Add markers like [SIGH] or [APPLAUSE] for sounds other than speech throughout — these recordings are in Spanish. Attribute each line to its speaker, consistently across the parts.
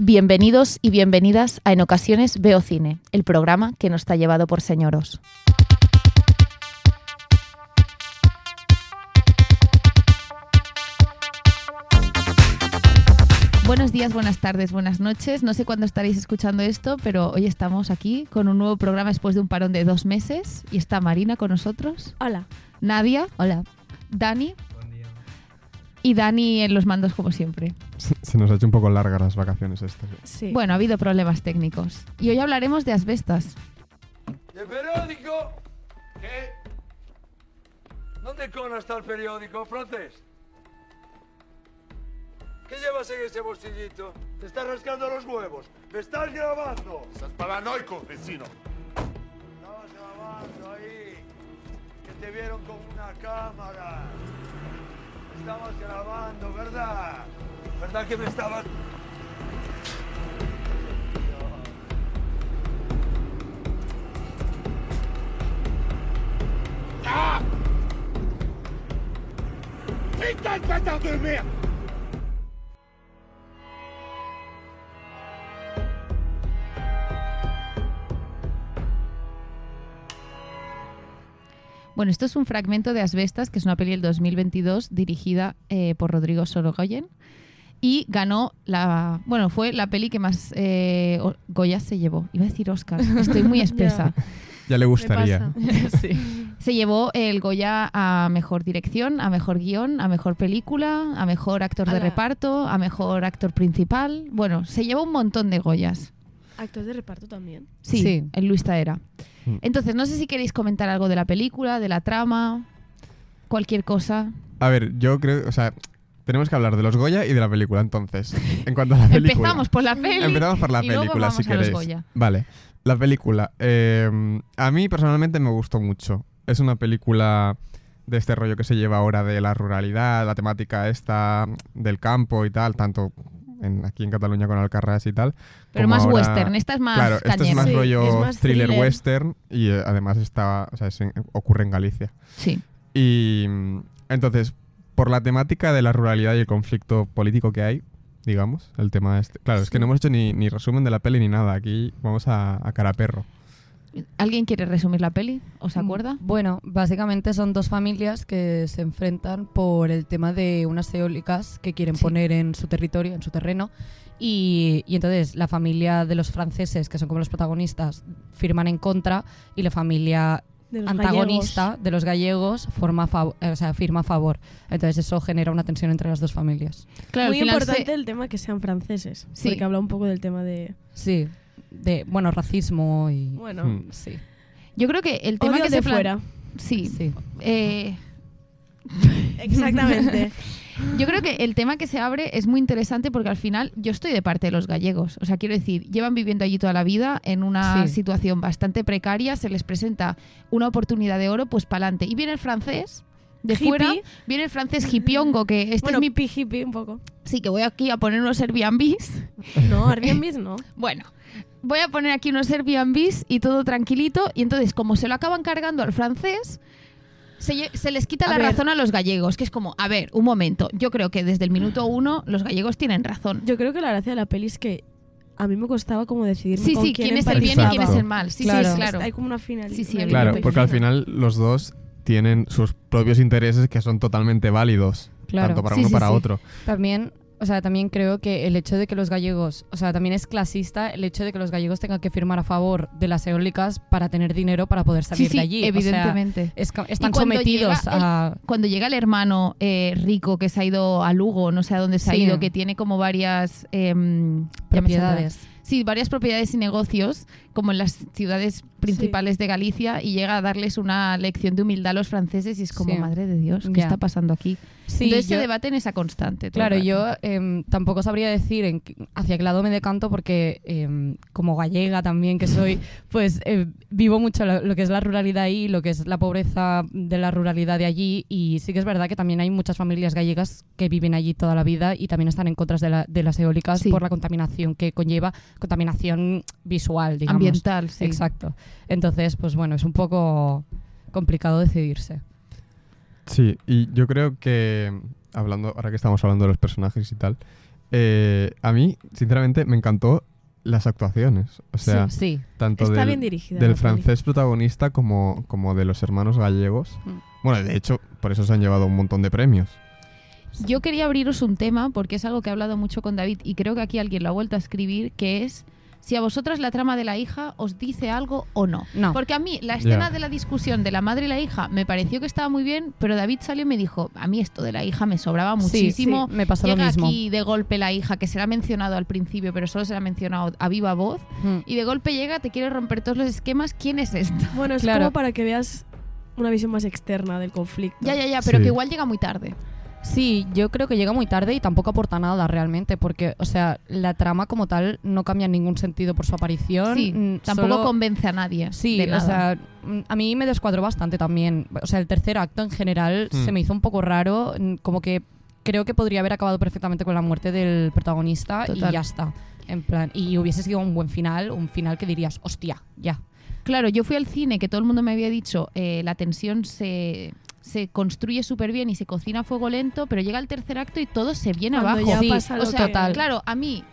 Speaker 1: Bienvenidos y bienvenidas a En ocasiones veo cine, el programa que nos está llevado por señoros. Buenos días, buenas tardes, buenas noches. No sé cuándo estaréis escuchando esto, pero hoy estamos aquí con un nuevo programa después de un parón de dos meses y está Marina con nosotros,
Speaker 2: Hola.
Speaker 1: Nadia,
Speaker 2: Hola.
Speaker 1: Dani y Dani en los mandos como siempre.
Speaker 3: Se, se nos ha hecho un poco largas las vacaciones estas.
Speaker 2: Sí.
Speaker 1: Bueno, ha habido problemas técnicos y hoy hablaremos de asbestas.
Speaker 4: Il periodico che... Non decona sta il periodico, Frontes. ¿Qué llevas en ese bolsillito? Te estás rascando los huevos. ¡Me estás grabando!
Speaker 5: Estás paranoico, vecino.
Speaker 4: Estabas grabando ahí. Que te vieron con una cámara. Estabas grabando, ¿verdad? ¿Verdad que me estabas...?
Speaker 5: Putain de bâtard de merde
Speaker 1: Bueno, esto es un fragmento de Asbestas, que es una peli del 2022 dirigida eh, por Rodrigo Sorogoyen y ganó la... Bueno, fue la peli que más eh, o- Goya se llevó. Iba a decir Oscar, estoy muy espesa.
Speaker 3: Ya le gustaría.
Speaker 2: pasa.
Speaker 3: [LAUGHS]
Speaker 1: [LAUGHS] Se llevó el Goya a mejor dirección, a mejor guión, a mejor película, a mejor actor de
Speaker 2: Ala.
Speaker 1: reparto, a mejor actor principal. Bueno, se llevó un montón de Goyas.
Speaker 2: Actor de reparto también.
Speaker 1: Sí,
Speaker 6: Sí.
Speaker 1: en Luis Taera.
Speaker 3: Mm.
Speaker 1: Entonces, no sé si queréis comentar algo de la película, de la trama, cualquier cosa.
Speaker 3: A ver, yo creo, o sea, tenemos que hablar de los Goya y de la película entonces. En cuanto a la película.
Speaker 1: Empezamos por la peli.
Speaker 3: Empezamos por la
Speaker 1: y luego
Speaker 3: película,
Speaker 1: vamos
Speaker 3: si
Speaker 1: a los
Speaker 3: queréis.
Speaker 1: Goya.
Speaker 3: Vale. La película. eh, a mí personalmente me gustó mucho. Es una película de este rollo que se lleva ahora de la ruralidad, la temática esta del campo y tal, tanto en- aquí en Cataluña con Alcarrás y tal.
Speaker 1: Pero
Speaker 3: como
Speaker 1: más
Speaker 3: ahora-
Speaker 1: western, esta es más
Speaker 3: claro,
Speaker 1: cañera.
Speaker 3: esto es más
Speaker 2: Sí,
Speaker 3: rollo
Speaker 2: es más
Speaker 3: thriller,
Speaker 2: thriller.
Speaker 3: western y eh, además está, o sea, es en- ocurre en Galicia.
Speaker 1: Sí.
Speaker 3: Y mm, entonces, por la temática de la ruralidad y el conflicto político que hay, digamos, el tema este. Claro, es que no hemos hecho ni, ni resumen de la peli ni nada. Aquí vamos a, a cara a perro.
Speaker 1: ¿Alguien quiere resumir la peli? ¿Os
Speaker 6: Mm.
Speaker 1: acuerda?
Speaker 6: Bueno, básicamente son dos familias que se enfrentan por el tema de unas eólicas que quieren
Speaker 1: Sí.
Speaker 6: poner en su territorio, en su terreno. Y, y entonces la familia de los franceses, que son como los protagonistas, firman en contra y la familia
Speaker 2: De los
Speaker 6: antagonista de los gallegos forma a fav- eh, o sea, firma a favor. Entonces eso genera una tensión entre las dos familias.
Speaker 1: Claro,
Speaker 2: Muy
Speaker 1: al final se-
Speaker 2: importante el tema que sean franceses.
Speaker 1: Sí.
Speaker 2: Porque habla un poco del tema de.
Speaker 6: Sí, de, bueno, racismo
Speaker 1: Mm.
Speaker 6: y...
Speaker 2: Bueno,
Speaker 3: Hmm.
Speaker 6: Sí,
Speaker 1: Yo creo que el tema
Speaker 2: odio
Speaker 1: que
Speaker 2: de
Speaker 1: se plan-
Speaker 2: fuera.
Speaker 1: Sí.
Speaker 6: sí.
Speaker 1: Eh,
Speaker 2: [LAUGHS] Exactamente.
Speaker 1: Yo creo que el tema que se abre es muy interesante porque al final yo estoy de parte de los gallegos. O sea, quiero decir, llevan viviendo allí toda la vida en una
Speaker 6: Sí.
Speaker 1: situación bastante precaria, se les presenta una oportunidad de oro, pues para adelante. Y viene el francés de
Speaker 2: Hippie.
Speaker 1: fuera, viene el francés hipiongo, que este
Speaker 2: bueno,
Speaker 1: es mi...
Speaker 2: pi hippie un poco.
Speaker 1: Sí, que voy aquí a poner unos Airbnbs.
Speaker 2: No, Airbnb no.
Speaker 1: Bueno, voy a poner aquí unos Airbnbs y todo tranquilito. Y entonces, como se lo acaban cargando al francés, se, lle- se les quita
Speaker 2: A
Speaker 1: la
Speaker 2: ver.
Speaker 1: razón a los gallegos, que es como, a ver, un momento, yo creo que desde el minuto uno los gallegos tienen razón.
Speaker 2: Yo creo que la gracia de la peli es que a mí me costaba como decidir
Speaker 1: Sí,
Speaker 2: con
Speaker 1: sí, quién es el
Speaker 2: empatizaba.
Speaker 1: bien y quién es el
Speaker 3: Exacto.
Speaker 1: mal. Sí,
Speaker 6: Claro.
Speaker 1: sí, claro.
Speaker 2: Hay como una final.
Speaker 1: Sí, sí,
Speaker 2: una
Speaker 1: Claro,
Speaker 3: Claro,
Speaker 2: línea
Speaker 3: porque al
Speaker 2: perfecta.
Speaker 3: final los dos tienen sus propios intereses que son totalmente válidos,
Speaker 6: Claro.
Speaker 3: tanto para
Speaker 1: Sí,
Speaker 3: uno
Speaker 1: sí,
Speaker 3: para
Speaker 1: sí.
Speaker 3: otro.
Speaker 6: También, o sea, también creo que el hecho de que los gallegos, o sea, también es clasista el hecho de que los gallegos tengan que firmar a favor de las eólicas para tener dinero para poder
Speaker 1: Sí,
Speaker 6: salir
Speaker 1: sí,
Speaker 6: de allí. O sea, eh.
Speaker 1: evidentemente.
Speaker 6: es ca- están
Speaker 1: Y cuando
Speaker 6: sometidos
Speaker 1: llega el-
Speaker 6: a...
Speaker 1: cuando llega el hermano eh, rico que se ha ido a Lugo, no sé a dónde se ha
Speaker 6: Sí.
Speaker 1: ido, que tiene como varias em, ya me saldrá.
Speaker 6: Propiedades.
Speaker 1: Sí, varias propiedades y negocios, como en las ciudades principales de Galicia, y llega a darles una lección de humildad a los franceses y es como,
Speaker 6: Sí.
Speaker 1: madre de Dios, ¿qué
Speaker 6: Ya.
Speaker 1: está pasando aquí?
Speaker 6: Sí,
Speaker 1: Entonces se
Speaker 6: yo-
Speaker 1: debaten esa constante. todo el
Speaker 6: Claro,
Speaker 1: rato.
Speaker 6: yo em, tampoco sabría decir en qué- hacia qué lado me decanto porque em, como gallega también que
Speaker 1: [LAUGHS]
Speaker 6: soy, pues eh, vivo mucho lo, lo que es la ruralidad ahí, lo que es la pobreza de la ruralidad de allí y sí que es verdad que también hay muchas familias gallegas que viven allí toda la vida y también están en contra de, la- de las eólicas
Speaker 1: Sí.
Speaker 6: por la contaminación que conlleva, contaminación visual, digamos.
Speaker 1: Ambiental, sí.
Speaker 6: Exacto. Entonces, pues bueno, es un poco complicado decidirse.
Speaker 3: Sí, y yo creo que, hablando ahora que estamos hablando de los personajes y tal, Eh, a mí, sinceramente, me encantó las actuaciones. O sea,
Speaker 6: sí,
Speaker 3: tanto
Speaker 2: Está
Speaker 3: del,
Speaker 2: bien dirigida.
Speaker 3: del
Speaker 2: la peli.
Speaker 3: francés protagonista como, como de los hermanos gallegos.
Speaker 6: Mm.
Speaker 3: Bueno, de hecho, por eso se han llevado un montón de premios.
Speaker 1: Yo quería abriros un tema porque es algo que he hablado mucho con David y creo que aquí alguien lo ha vuelto a escribir, que es si a vosotras la trama de la hija os dice algo o no.
Speaker 6: No.
Speaker 1: Porque a mí la escena
Speaker 3: Ya.
Speaker 1: de la discusión de la madre y la hija me pareció que estaba muy bien, pero David salió y me dijo, a mí esto de la hija me sobraba muchísimo.
Speaker 6: Sí, sí, me pasó lo
Speaker 1: Llega
Speaker 6: mismo.
Speaker 1: aquí de golpe la hija, que será mencionado al principio, pero solo será mencionado a viva voz.
Speaker 6: Mm.
Speaker 1: Y de golpe llega, te quiere romper todos los esquemas. ¿Quién es esta?
Speaker 2: Bueno, es
Speaker 6: Claro.
Speaker 2: como para que veas una visión más externa del conflicto.
Speaker 1: Ya, ya, ya, pero
Speaker 3: Sí.
Speaker 1: que igual llega muy tarde.
Speaker 6: Sí, yo creo que llega muy tarde y tampoco aporta nada realmente, porque, o sea, la trama como tal no cambia en ningún sentido por su aparición.
Speaker 1: Sí,
Speaker 6: mm,
Speaker 1: tampoco
Speaker 6: solo-
Speaker 1: convence a nadie.
Speaker 6: Sí,
Speaker 1: de
Speaker 6: o
Speaker 1: nada.
Speaker 6: sea, mm, a mí me descuadró bastante también. O sea, el tercer acto en general
Speaker 3: Mm.
Speaker 6: se me hizo un poco raro, mm, como que creo que podría haber acabado perfectamente con la muerte del protagonista
Speaker 1: Total.
Speaker 6: y ya está. En plan, y hubiese sido un buen final, un final que dirías, hostia, ya.
Speaker 1: Claro, yo fui al cine, que todo el mundo me había dicho, eh, la tensión se, se construye súper bien y se cocina a fuego lento, pero llega el tercer acto y todo se viene
Speaker 2: Cuando
Speaker 1: abajo.
Speaker 2: ya
Speaker 6: Sí,
Speaker 2: pasa lo
Speaker 1: O sea,
Speaker 2: que-
Speaker 6: total.
Speaker 1: claro, a mí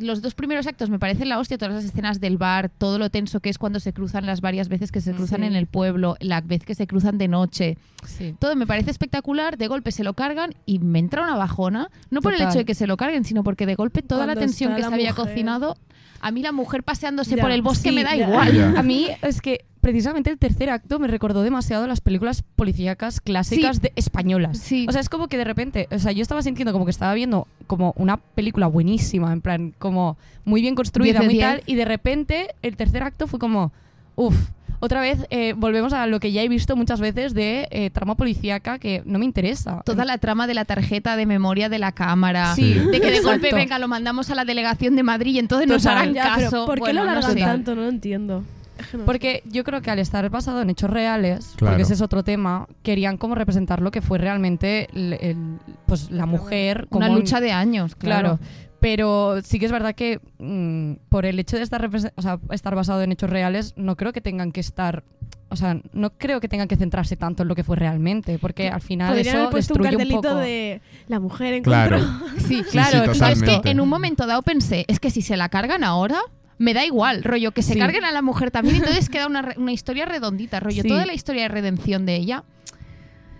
Speaker 1: los dos primeros actos me parecen la hostia, todas las escenas del bar, todo lo tenso que es cuando se cruzan las varias veces que se cruzan
Speaker 6: Sí.
Speaker 1: en el pueblo, la vez que se cruzan de noche,
Speaker 6: Sí.
Speaker 1: todo me parece espectacular, de golpe se lo cargan y me entra una bajona, no por el
Speaker 6: Total.
Speaker 1: hecho de que se lo carguen, sino porque de golpe toda la
Speaker 2: Cuando
Speaker 1: tensión
Speaker 2: está
Speaker 1: que
Speaker 2: la
Speaker 1: se había
Speaker 2: mujer.
Speaker 1: cocinado, a mí la mujer paseándose
Speaker 2: Ya,
Speaker 1: por el bosque
Speaker 6: sí,
Speaker 1: me da
Speaker 2: ya.
Speaker 1: igual.
Speaker 3: Ya.
Speaker 6: A mí es que precisamente el tercer acto me recordó demasiado las películas policíacas clásicas
Speaker 1: Sí.
Speaker 6: de españolas.
Speaker 1: Sí.
Speaker 6: O sea, es como que de repente, o sea, yo estaba sintiendo como que estaba viendo como una película buenísima, en plan, como muy bien
Speaker 1: Diez
Speaker 6: construida,
Speaker 1: de
Speaker 6: muy
Speaker 1: diez.
Speaker 6: tal, y de repente el tercer acto fue como, uff, otra vez eh, volvemos a lo que ya he visto muchas veces de eh, trama policíaca que no me interesa.
Speaker 1: toda la trama de la tarjeta de memoria de la cámara.
Speaker 3: Sí.
Speaker 1: De que de
Speaker 6: Exacto.
Speaker 1: golpe, venga, lo mandamos a la delegación de Madrid y entonces nos
Speaker 6: Total.
Speaker 1: harán
Speaker 2: Ya, pero
Speaker 1: caso.
Speaker 2: ¿Por qué
Speaker 1: Bueno,
Speaker 2: lo
Speaker 1: no
Speaker 2: alargan
Speaker 1: sé.
Speaker 2: tanto? No lo entiendo. Es que no sé.
Speaker 6: Porque yo creo que al estar basado en hechos reales,
Speaker 3: Claro.
Speaker 6: porque ese es otro tema, querían como representar lo que fue realmente el- el- pues la mujer. Como
Speaker 1: Una lucha de años, claro.
Speaker 6: Claro. Pero sí que es verdad que mm, por el hecho de estar, represen- o sea, estar basado en hechos reales, no creo que tengan que estar. O sea, no creo que tengan que centrarse tanto en lo que fue realmente, porque al final
Speaker 2: Podrían
Speaker 6: eso
Speaker 2: haber puesto un
Speaker 6: destruye un,
Speaker 2: cartelito
Speaker 6: poco.
Speaker 2: de la mujer en
Speaker 3: Claro.
Speaker 1: [LAUGHS] Sí,
Speaker 3: claro,
Speaker 1: claro. es que
Speaker 3: totalmente.
Speaker 1: en un momento dado pensé, es que si se la cargan ahora, me da igual, rollo, que se
Speaker 6: Sí.
Speaker 1: carguen a la mujer también. Entonces queda una, re- una historia redondita, rollo,
Speaker 6: Sí.
Speaker 1: toda la historia de redención de ella.
Speaker 2: [LAUGHS]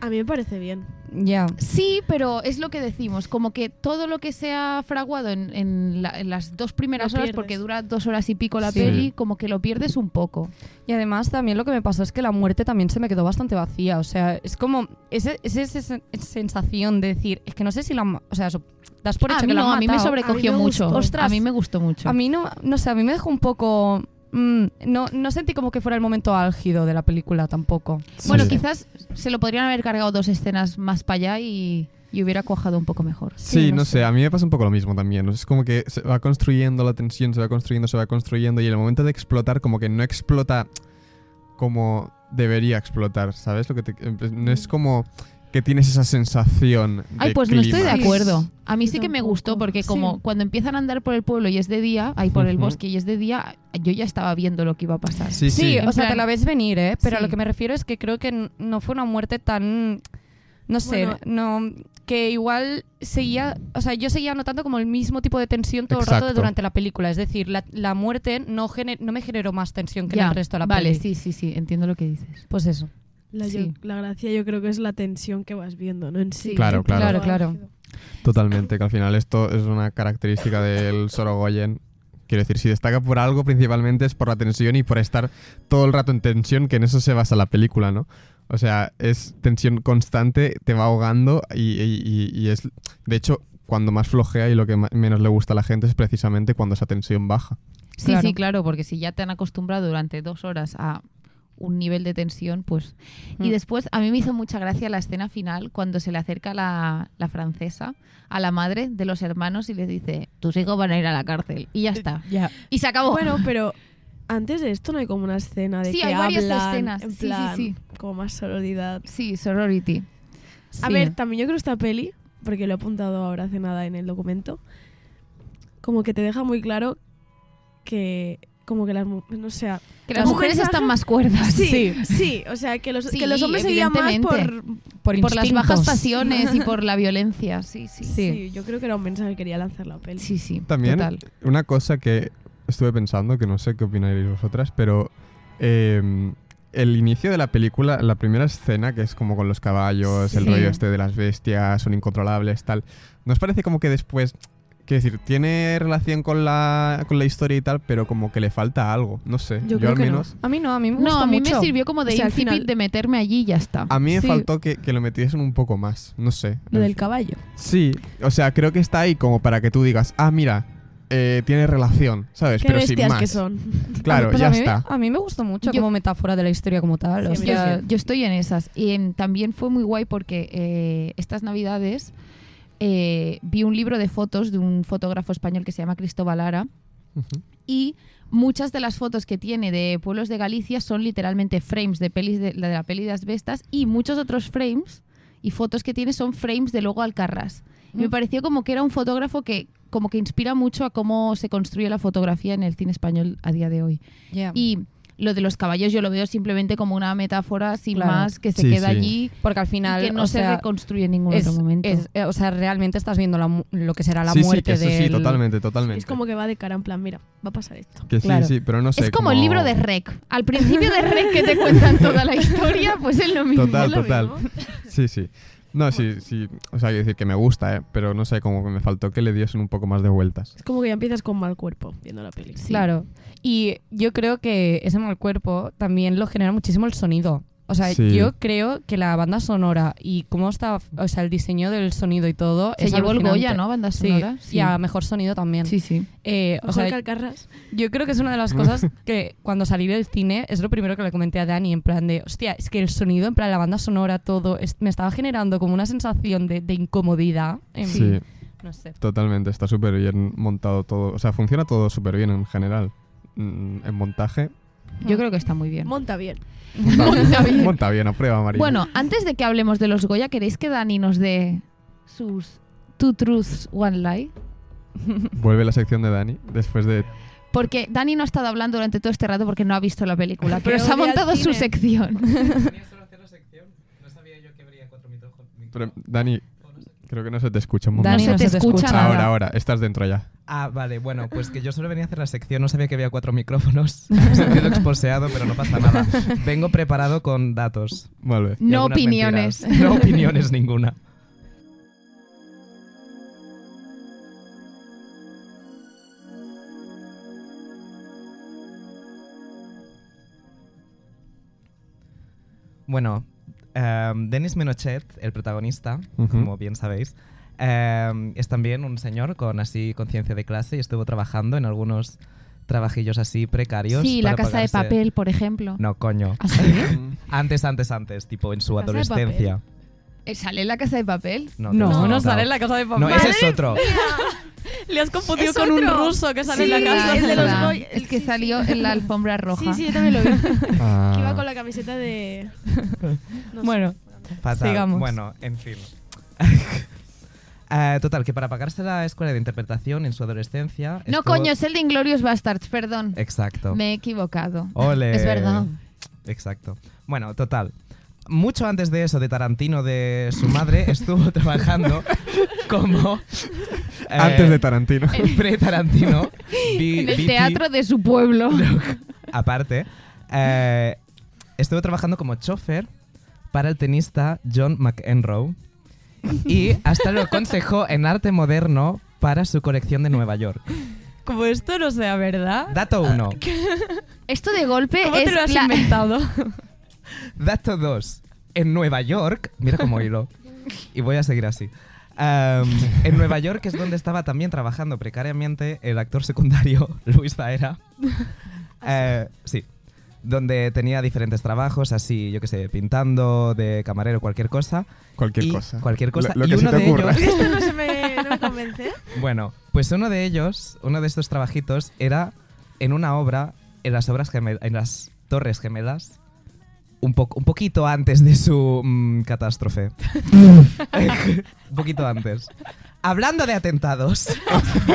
Speaker 2: A mí me parece bien.
Speaker 6: Ya.
Speaker 1: Sí, pero es lo que decimos, como que todo lo que se ha fraguado en, en la- en las dos primeras
Speaker 2: Lo
Speaker 1: horas,
Speaker 2: pierdes.
Speaker 1: porque dura dos horas y pico la
Speaker 6: Sí.
Speaker 1: peli, como que lo pierdes un poco.
Speaker 6: Y además también lo que me pasó es que la muerte también se me quedó bastante vacía. O sea, es como esa ese, ese- esa sensación de decir, es que no sé si la... han ma- O sea, so- das por
Speaker 1: Ah,
Speaker 6: hecho
Speaker 1: a mí
Speaker 6: que la
Speaker 1: no,
Speaker 6: han
Speaker 1: a mí me
Speaker 6: matado.
Speaker 1: sobrecogió
Speaker 2: A mí me
Speaker 1: mucho.
Speaker 2: gustó.
Speaker 1: a
Speaker 6: Ostras.
Speaker 1: mí me gustó mucho.
Speaker 6: A mí no, no sé, a mí me dejó un poco... mm, no, no sentí como que fuera el momento álgido de la película tampoco.
Speaker 1: bueno,
Speaker 3: Sí.
Speaker 1: quizás se lo podrían haber cargado dos escenas más para allá y, y hubiera cuajado un poco mejor.
Speaker 3: Sí, no, sé. a mí me pasa un poco lo mismo también. Es como que se va construyendo la tensión, se va construyendo, se va construyendo y en el momento de explotar como que no explota como debería explotar, ¿sabes? Lo que te- en plan, no es como que tienes esa sensación.
Speaker 1: Ay,
Speaker 3: de
Speaker 1: pues no estoy de
Speaker 3: clímax.
Speaker 6: Sí.
Speaker 1: acuerdo. A mí
Speaker 2: Yo
Speaker 1: sí que me
Speaker 2: tampoco.
Speaker 1: gustó porque como
Speaker 2: Sí.
Speaker 1: cuando empiezan a andar por el pueblo y es de día, ahí por el
Speaker 3: Ujú.
Speaker 1: bosque y es de día, yo ya estaba viendo lo que iba a pasar.
Speaker 3: Sí, sí.
Speaker 6: Sí,
Speaker 1: En
Speaker 6: o sea,
Speaker 1: plan-
Speaker 6: te la ves venir, ¿eh? Pero a
Speaker 1: Sí.
Speaker 6: lo que me refiero es que creo que n- no fue una muerte tan... No sé,
Speaker 2: Bueno.
Speaker 6: no que igual seguía, o sea, yo seguía notando como el mismo tipo de tensión todo el rato
Speaker 3: Exacto.
Speaker 6: durante la película. Es decir, la, la muerte no, gener- no me generó más tensión que en
Speaker 1: Ya,
Speaker 6: el resto de la
Speaker 1: Vale,
Speaker 6: peli.
Speaker 1: sí, sí, sí, entiendo lo que dices.
Speaker 6: Pues eso.
Speaker 2: La,
Speaker 1: Sí.
Speaker 2: yo- la gracia yo creo que es la tensión que vas viendo, ¿no? En sí.
Speaker 3: Claro, claro.
Speaker 6: Claro, claro.
Speaker 3: Totalmente, que al final esto es una característica del Sorogoyen. Quiero decir, si destaca por algo principalmente es por la tensión y por estar todo el rato en tensión, que en eso se basa la película, ¿no? O sea, es tensión constante, te va ahogando y, y- y- y es... De hecho, cuando más flojea y lo que ma- menos le gusta a la gente es precisamente cuando esa tensión baja.
Speaker 1: Sí,
Speaker 6: Claro.
Speaker 1: sí, claro, porque si ya te han acostumbrado durante dos horas a un nivel de tensión, pues... Y
Speaker 6: Mm.
Speaker 1: después a mí me hizo mucha gracia la escena final cuando se le acerca la, la francesa a la madre de los hermanos y les dice, tus hijos van a ir a la cárcel. Y ya está.
Speaker 6: Ya.
Speaker 1: Y se acabó.
Speaker 2: Bueno, pero antes de esto no hay como una escena de
Speaker 1: Sí,
Speaker 2: que
Speaker 1: hay varias
Speaker 2: hablan,
Speaker 1: escenas.
Speaker 2: en
Speaker 1: Sí, sí,
Speaker 2: plan,
Speaker 1: sí.
Speaker 2: como más sororidad.
Speaker 1: sí, sorority.
Speaker 2: A ver, también yo creo esta peli, porque lo he apuntado ahora hace nada en el documento, como que te deja muy claro que como que las mu- no sé. a-
Speaker 1: Que
Speaker 2: Un
Speaker 1: las mujeres
Speaker 2: mensaje-
Speaker 1: están más cuerdas.
Speaker 2: Sí, sí, o sea, que los,
Speaker 1: Sí,
Speaker 2: que los hombres se guían más por...
Speaker 1: evidentemente.
Speaker 6: Por,
Speaker 1: Por las bajas
Speaker 6: [LAUGHS] instintos.
Speaker 1: pasiones y por la violencia. Sí, sí.
Speaker 6: Sí.
Speaker 2: Sí, yo creo que era un mensaje que quería lanzar la peli.
Speaker 1: Sí, sí.
Speaker 3: También
Speaker 1: Total.
Speaker 3: una cosa que estuve pensando, que no sé qué opinaréis vosotras, pero eh, el inicio de la película, la primera escena, que es como con los caballos, el
Speaker 6: Sí.
Speaker 3: rollo este de las bestias, son incontrolables, tal, ¿nos parece como que después... Quiero decir, tiene relación con la, con la historia y tal, pero como que le falta algo. No sé.
Speaker 2: Yo
Speaker 3: Yo,
Speaker 2: creo
Speaker 3: al
Speaker 2: que no.
Speaker 3: menos.
Speaker 6: A mí no, a mí me
Speaker 1: No,
Speaker 6: gusta
Speaker 1: a mí
Speaker 6: mucho.
Speaker 1: me sirvió como de
Speaker 2: O sea, al
Speaker 1: incipit
Speaker 2: final-
Speaker 1: de meterme allí y ya está.
Speaker 3: A mí me
Speaker 6: Sí.
Speaker 3: faltó que, que lo metiesen un poco más. No sé.
Speaker 2: Lo del caballo.
Speaker 3: Sí, o sea, creo que está ahí como para que tú digas, ah, mira, eh, tiene relación, ¿sabes?
Speaker 2: Qué
Speaker 3: Pero sin
Speaker 2: bestias
Speaker 3: más.
Speaker 2: que son.
Speaker 3: Claro,
Speaker 6: Pues
Speaker 3: ya
Speaker 6: a mí,
Speaker 3: está.
Speaker 6: A mí me gustó mucho
Speaker 1: Yo-
Speaker 6: como metáfora de la historia como tal. o
Speaker 2: Sí, a mí
Speaker 1: Yo,
Speaker 6: sea,
Speaker 1: yo estoy en esas. Y em, también fue muy guay porque eh, estas navidades eh, vi un libro de fotos de un fotógrafo español que se llama Cristóbal Lara
Speaker 3: Ujú.
Speaker 1: y muchas de las fotos que tiene de pueblos de Galicia son literalmente frames de pelis de, la de la peli de las bestas y muchos otros frames y fotos que tiene son frames de luego Alcarrás. Y me
Speaker 6: Mm.
Speaker 1: pareció como que era un fotógrafo que como que inspira mucho a cómo se construye la fotografía en el cine español a día de hoy.
Speaker 6: yeah.
Speaker 1: Y lo de los caballos yo lo veo simplemente como una metáfora sin
Speaker 6: Claro.
Speaker 1: más que se
Speaker 3: Sí,
Speaker 1: queda
Speaker 3: sí.
Speaker 1: allí
Speaker 6: Porque al final.
Speaker 1: y que no
Speaker 6: o
Speaker 1: se
Speaker 6: sea,
Speaker 1: reconstruye en ningún
Speaker 6: es-
Speaker 1: otro momento.
Speaker 6: es- eh, o sea, realmente estás viendo la mu- lo que será la
Speaker 3: sí,
Speaker 6: muerte
Speaker 3: sí, que
Speaker 6: de.
Speaker 3: eso sí, totalmente, totalmente.
Speaker 2: Es como que va de cara en plan, mira, va a pasar esto.
Speaker 3: Que sí,
Speaker 6: claro.
Speaker 3: sí, pero no sé.
Speaker 1: Es como, el libro de Rec. Al principio de Rec [LAUGHS] que te cuentan toda la historia, pues es lo mismo. es
Speaker 3: Total,
Speaker 1: lo
Speaker 3: total.
Speaker 1: mismo.
Speaker 3: Sí, sí. No, sí, sí. O sea, quiero decir que me gusta, ¿eh? Pero no sé, como que me faltó que le diesen un poco más de vueltas.
Speaker 2: Es como que ya empiezas con mal cuerpo viendo la peli.
Speaker 6: Claro. Y yo creo que ese mal cuerpo también lo genera muchísimo el sonido. O sea,
Speaker 3: Sí.
Speaker 6: yo creo que la banda sonora y cómo está, o sea, el diseño del sonido y todo.
Speaker 1: Se
Speaker 6: es
Speaker 1: llevó el
Speaker 6: alucinante.
Speaker 1: Goya, ¿no? Banda
Speaker 6: Sí,
Speaker 1: sonora.
Speaker 6: y a mejor sonido también.
Speaker 1: sí. sí.
Speaker 6: Eh, o
Speaker 2: Mejor
Speaker 6: sea,
Speaker 2: que Alcarrás.
Speaker 6: Yo creo que es una de las
Speaker 3: [LAUGHS]
Speaker 6: cosas que cuando salí del cine es lo primero que le comenté a Dani, en plan de, hostia, es que el sonido, en plan la banda sonora, todo, es- me estaba generando como una sensación de, de incomodidad. En
Speaker 3: Sí,
Speaker 6: fin, no sé.
Speaker 3: totalmente. Está súper bien montado todo. O sea, funciona todo súper bien en general. Mm, En montaje.
Speaker 1: Yo creo que está muy bien.
Speaker 2: Monta bien.
Speaker 3: Monta bien. Monta bien, a prueba, María.
Speaker 1: Bueno, antes de que hablemos de los Goya, ¿queréis que Dani nos dé sus Two Truths, One Lie?
Speaker 3: Vuelve la sección de Dani después de
Speaker 1: Porque Dani no ha estado hablando durante todo este rato porque no ha visto la película, pero
Speaker 2: Que
Speaker 1: se ha
Speaker 2: odia el
Speaker 1: montado su
Speaker 2: cine.
Speaker 1: sección.
Speaker 7: Tenía solo cero sección. No sabía yo que habría cuatro micrófonos.
Speaker 3: Pero, Dani, creo que no se te escucha un momento.
Speaker 6: Dani,
Speaker 1: no se te escucha nada.
Speaker 3: ahora, ahora, estás dentro ya.
Speaker 7: Ah, vale, bueno, pues que yo solo venía a hacer la sección, no sabía que había cuatro micrófonos. [LAUGHS] Me he sentido exposeado, pero no pasa nada. Vengo preparado con datos.
Speaker 3: Vale.
Speaker 7: y
Speaker 1: No
Speaker 7: algunas
Speaker 1: opiniones.
Speaker 7: mentiras. No opiniones ninguna. Bueno, em, Denis Menochet, el protagonista,
Speaker 3: Ujú.
Speaker 7: como bien sabéis, em, es también un señor con así conciencia de clase y estuvo trabajando en algunos trabajillos así precarios.
Speaker 1: Sí, la
Speaker 7: para
Speaker 1: casa de
Speaker 7: pagarse-
Speaker 1: papel, por ejemplo. Ah,
Speaker 7: No, coño.
Speaker 1: ¿Así?
Speaker 7: Antes, antes, antes, tipo en su
Speaker 2: Casa de
Speaker 7: adolescencia.
Speaker 1: Eh, ¿Sale en la casa de papel.
Speaker 7: No, te lo
Speaker 6: No,
Speaker 7: has
Speaker 6: no
Speaker 7: preguntado.
Speaker 6: sale en la casa de papá.
Speaker 7: No, ese es otro.
Speaker 6: Le has confundido
Speaker 2: Es
Speaker 6: con un
Speaker 2: otro.
Speaker 6: ruso que sale
Speaker 2: Sí,
Speaker 6: en la casa.
Speaker 2: es el de
Speaker 6: [LAUGHS]
Speaker 2: los
Speaker 1: verdad.
Speaker 2: Goya.
Speaker 1: Es que
Speaker 2: Sí,
Speaker 1: salió en la alfombra roja.
Speaker 2: Sí, sí, yo también lo vi.
Speaker 3: Ah,
Speaker 2: Que iba con la camiseta de... no sé.
Speaker 6: Bueno,
Speaker 7: Fatal.
Speaker 6: Sigamos.
Speaker 7: Bueno, en fin. [LAUGHS] Eh, total, que para pagarse la escuela de interpretación en su adolescencia.
Speaker 1: No,
Speaker 7: estuvo-
Speaker 1: coño, es el de Inglorious Bastards, perdón.
Speaker 7: Exacto.
Speaker 1: Me he equivocado.
Speaker 7: Ole.
Speaker 1: Es verdad.
Speaker 7: Exacto. Bueno, total. Mucho antes de eso, de Tarantino, de su madre, [LAUGHS] estuvo trabajando como. eh,
Speaker 3: Antes de Tarantino.
Speaker 1: [LAUGHS]
Speaker 7: Pre-Tarantino. vi-
Speaker 1: En el
Speaker 7: Vici-
Speaker 1: teatro de su pueblo.
Speaker 7: [LAUGHS] aparte, eh, estuve trabajando como chofer para el tenista John McEnroe y hasta lo aconsejó en arte moderno para su colección de Nueva York.
Speaker 6: como esto no sea verdad,
Speaker 7: Dato 1.
Speaker 1: Esto de golpe
Speaker 6: ¿cómo
Speaker 1: es
Speaker 6: te lo has
Speaker 1: la-
Speaker 6: [LAUGHS] inventado?
Speaker 7: Dato 2. En Nueva York, mira cómo hilo. Y voy a seguir así. Em, en Nueva York es donde estaba también trabajando precariamente el actor secundario [LAUGHS] Luis Zaera. Eh, sí. Donde tenía diferentes trabajos, así, yo qué sé, pintando, de camarero, cualquier cosa.
Speaker 3: Cualquier
Speaker 7: Y
Speaker 3: cosa.
Speaker 7: Cualquier cosa.
Speaker 3: Lo, lo
Speaker 7: Y
Speaker 3: que se
Speaker 7: uno
Speaker 3: te
Speaker 7: de
Speaker 3: ocurra.
Speaker 7: ellos-
Speaker 2: Esto no se me, no me convence.
Speaker 7: bueno, pues uno de ellos, uno de estos trabajitos, era en una obra, en las obras gemel- en las Torres Gemelas, un, poco un poquito antes de su mm, catástrofe. un poquito antes. Hablando de atentados, [LAUGHS]